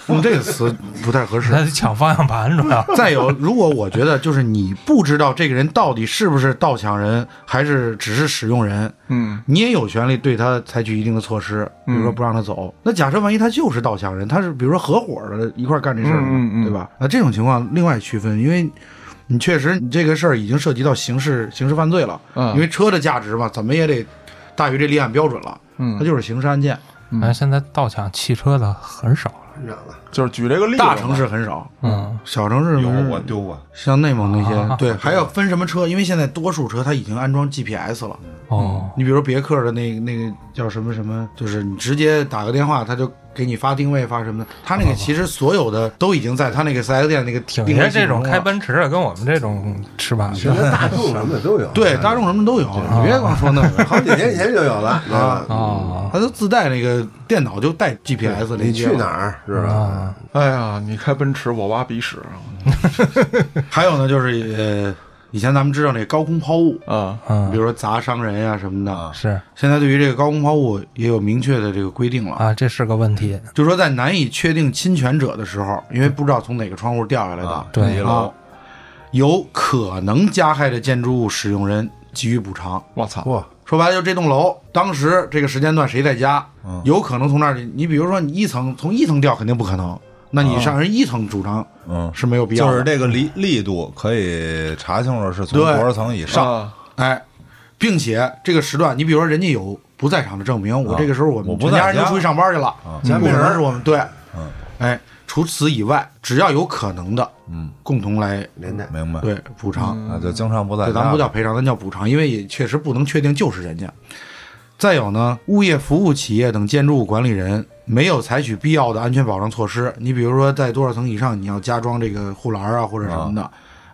用这个词不太合适。那得抢方向盘 主要。再有，如果我觉得就是你不知道这个人到底是不是盗抢人，还是只是使用人，嗯你也有权利对他采取一定的措施，比如说不让他走。那假设万一他就是盗抢人，他是比如说合伙的一块儿干这事儿，嗯嗯嗯对吧？那这种情况另外区分，因为你确实你这个事儿已经涉及到刑事刑事犯罪了，嗯因为车的价值嘛，怎么也得大于这立案标准了，它嗯，就是刑事案件，哎，现在盗抢汽车的很少了。知道了，就是举这个例子嘛，大城市很少，嗯，小城市有没事我丢啊过，像内蒙那些，啊对，还要分嗯什么车，因为现在多数车它已经安装 GPS 了。哦，你比如别克的那那个叫什么什么，就是你直接打个电话，他就给你发定位发什么的。他那个其实所有的都已经在他那个四 S 店那个挺定爷位系这统种中开了。奔驰的，跟我们这种吃吧，现在大众什么的都有，嗯对，大众什么都有，啊你别光说那个，好几年前就有了，对吧？啊，他就自带那个电脑就带 GPS 你连接。去哪？儿是吧？哎呀，你开奔驰，我挖鼻屎啊还有呢，就是呃，以前咱们知道那个高空抛物，啊！比如说砸伤人呀、什么的，是现在对于这个高空抛物也有明确的这个规定了。啊，这是个问题。就说在难以确定侵权者的时候，因为不知道从哪个窗户掉下来的，对啊，有可能加害的建筑物使用人给予补偿。我操，哇，说白了，就这栋楼当时这个时间段谁在家，嗯有可能从那儿，你比如说你一层从一层掉肯定不可能，那你上人一层主张啊嗯，是没有必要就的。是这个力力度可以查清楚是从对多少层以上。上哎，并且这个时段，你比如说人家有不在场的证明，我这个时候啊我我们不全在家人都家出去上班去了，家不没可人能儿是我们对，嗯，哎，除此以外，只要有可能的，嗯，共同来连带明白。对补偿，啊，就经常不在对，家。咱们不叫赔偿，咱叫补偿，因为也确实不能确定就是人家。再有呢，物业服务企业等建筑物管理人没有采取必要的安全保障措施，你比如说在多少层以上你要加装这个护栏啊或者什么的，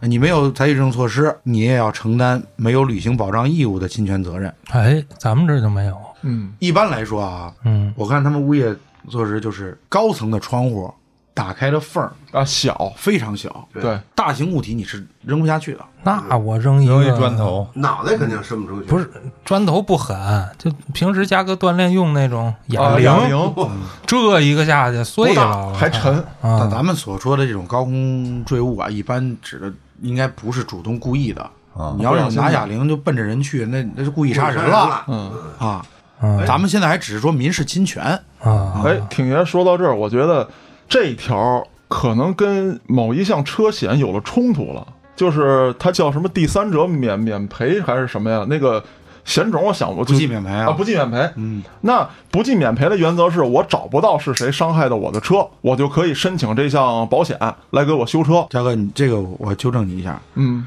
呃你没有采取这种措施，你也要承担没有履行保障义务的侵权责任。哎，咱们这就没有。嗯，一般来说啊，嗯，我看他们物业措施就是高层的窗户打开的缝儿啊小，非常小，对，大型物体你是扔不下去的。那我扔一扔个一砖，嗯头，脑袋肯定伸不出去，不是砖头不狠，就平时加个锻炼用那种啊哑铃，哑铃 这一个下去碎不了，大我还看沉，但啊咱们所说的这种高空坠物啊，一般指的应该不是主动故意的。啊你要是拿哑铃就奔着人去，那那是故意杀人了嗯，啊！嗯咱们现在还只是说民事侵权，啊，哎，挺爷说到这儿，我觉得这条可能跟某一项车险有了冲突了，就是它叫什么第三者免免赔还是什么呀？那个险种，我想我不就计免赔啊啊，不计免赔。嗯，那不计免赔的原则是我找不到是谁伤害的我的车，我就可以申请这项保险来给我修车。嘉哥，你这个我纠正你一下，嗯，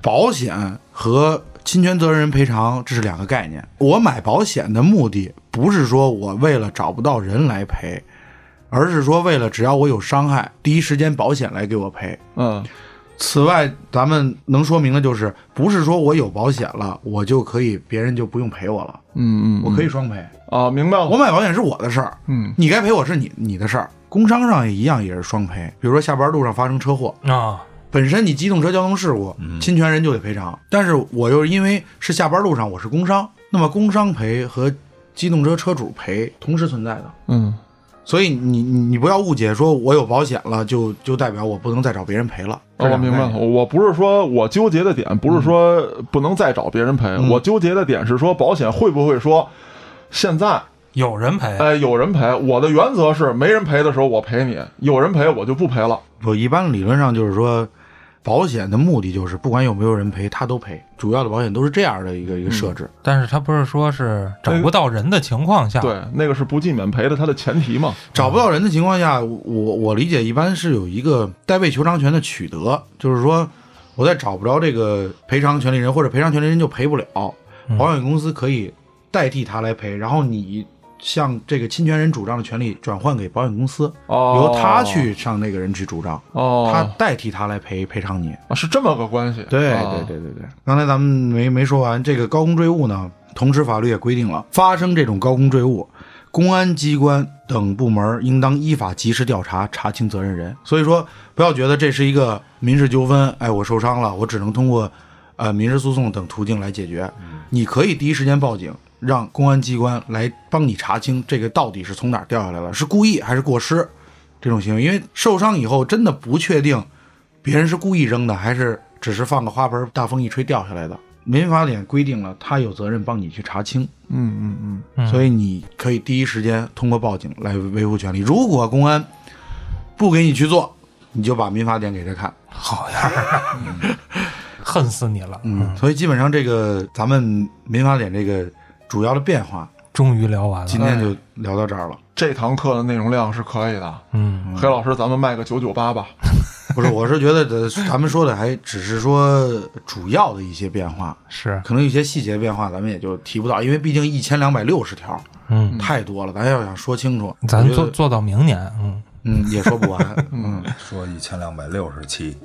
保险和侵权责任人赔偿这是两个概念。我买保险的目的不是说我为了找不到人来赔，而是说为了只要我有伤害，第一时间保险来给我赔。嗯，此外，咱们能说明的就是，不是说我有保险了，我就可以别人就不用赔我了，嗯嗯，我可以双赔。啊，明白我了。买保险是我的事儿，嗯，你该赔我是你你的事儿。工伤上也一样，也是双赔。比如说下班路上发生车祸，啊，本身你机动车交通事故，嗯侵权人就得赔偿。但是我又因为是下班路上，我是工伤，那么工伤赔和机动车车主赔同时存在的。嗯，所以你你你不要误解，说我有保险了就就代表我不能再找别人赔了。哦，我明白了。我不是说我纠结的点不是说不能再找别人赔，我纠结的点是说保险会不会说现在有人赔，哎有人赔，我的原则是没人赔的时候我赔你，有人赔我就不赔了。我一般理论上就是说，保险的目的就是不管有没有人赔，他都赔。主要的保险都是这样的一个一个嗯设置。但是他不是说是找不到人的情况下，对，那个是不计免赔的，它的前提嘛。找不到人的情况下，我我我理解一般是有一个代位求偿权的取得，就是说我在找不着这个赔偿权利人或者赔偿权利人就赔不了，嗯保险公司可以代替他来赔，然后你向这个侵权人主张的权利转换给保险公司，哦，由他去向那个人去主张，哦，他代替他来赔赔偿你。啊是这么个关系。对啊对对对对，刚才咱们没没说完，这个高空坠物呢，同时法律也规定了，发生这种高空坠物，公安机关等部门应当依法及时调查，查清责任人。所以说，不要觉得这是一个民事纠纷，哎，我受伤了，我只能通过呃民事诉讼等途径来解决，你可以第一时间报警。让公安机关来帮你查清这个到底是从哪儿掉下来了，是故意还是过失这种行为？因为受伤以后真的不确定别人是故意扔的，还是只是放个花盆儿大风一吹掉下来的？民法典规定了，他有责任帮你去查清，嗯嗯嗯，嗯所以你可以第一时间通过报警来维护权利。如果公安不给你去做，你就把民法典给他看。好样儿啊， 恨死你了！嗯，所以基本上这个咱们民法典这个主要的变化，终于聊完今了，天就聊到这儿了。这堂课的内容量是可以的。嗯，黑老师，咱们卖个九九八吧。不是，我是觉得的，咱们说的还只是说主要的一些变化，是，可能有些细节变化咱们也就提不到，因为毕竟一千两百六十条嗯，太多了，咱要想说清楚，咱我觉做得做到明年，嗯，嗯也说不 完，嗯，说一千两百六十七，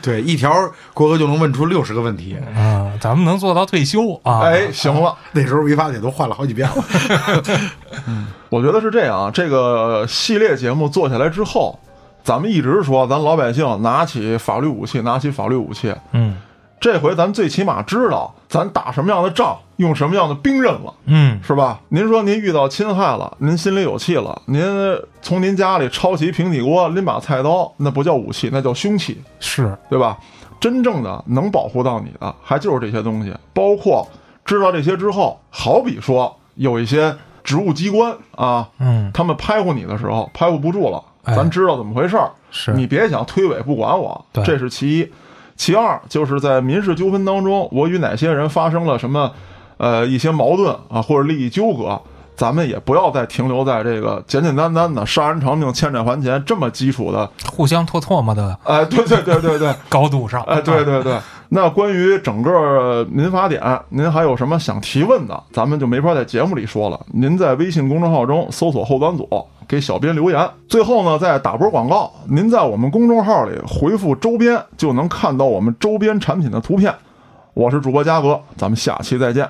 对，一条国哥就能问出六十个问题，啊，咱们能做到退休啊，哎，行了，那时候语法姐都换了好几遍了，我觉得是这样啊，这个系列节目做下来之后，咱们一直说咱老百姓拿起法律武器，拿起法律武器。嗯这回咱最起码知道咱打什么样的仗，用什么样的兵刃了，嗯，是吧？您说您遇到侵害了，您心里有气了，您从您家里抄起平底锅，拎把菜刀，那不叫武器，那叫凶器，是，对吧？真正的能保护到你的，还就是这些东西，包括知道这些之后，好比说有一些职务机关啊，嗯他们拍呼你的时候拍呼不住了，哎咱知道怎么回事儿。是，你别想推诿不管我对，这是其一。其二就是在民事纠纷当中，我与哪些人发生了什么呃一些矛盾啊或者利益纠葛，咱们也不要再停留在这个简简单单的杀人偿命、欠债还钱这么基础的。互相唾唾沫的哎，对对对对对，高度上，哎，对对对。那关于整个民法典，您还有什么想提问的？咱们就没法在节目里说了。您在微信公众号中搜索“后端组”，给小编留言。最后呢，再打波广告，您在我们公众号里回复“周边”，就能看到我们周边产品的图片。我是主播嘉哥，咱们下期再见。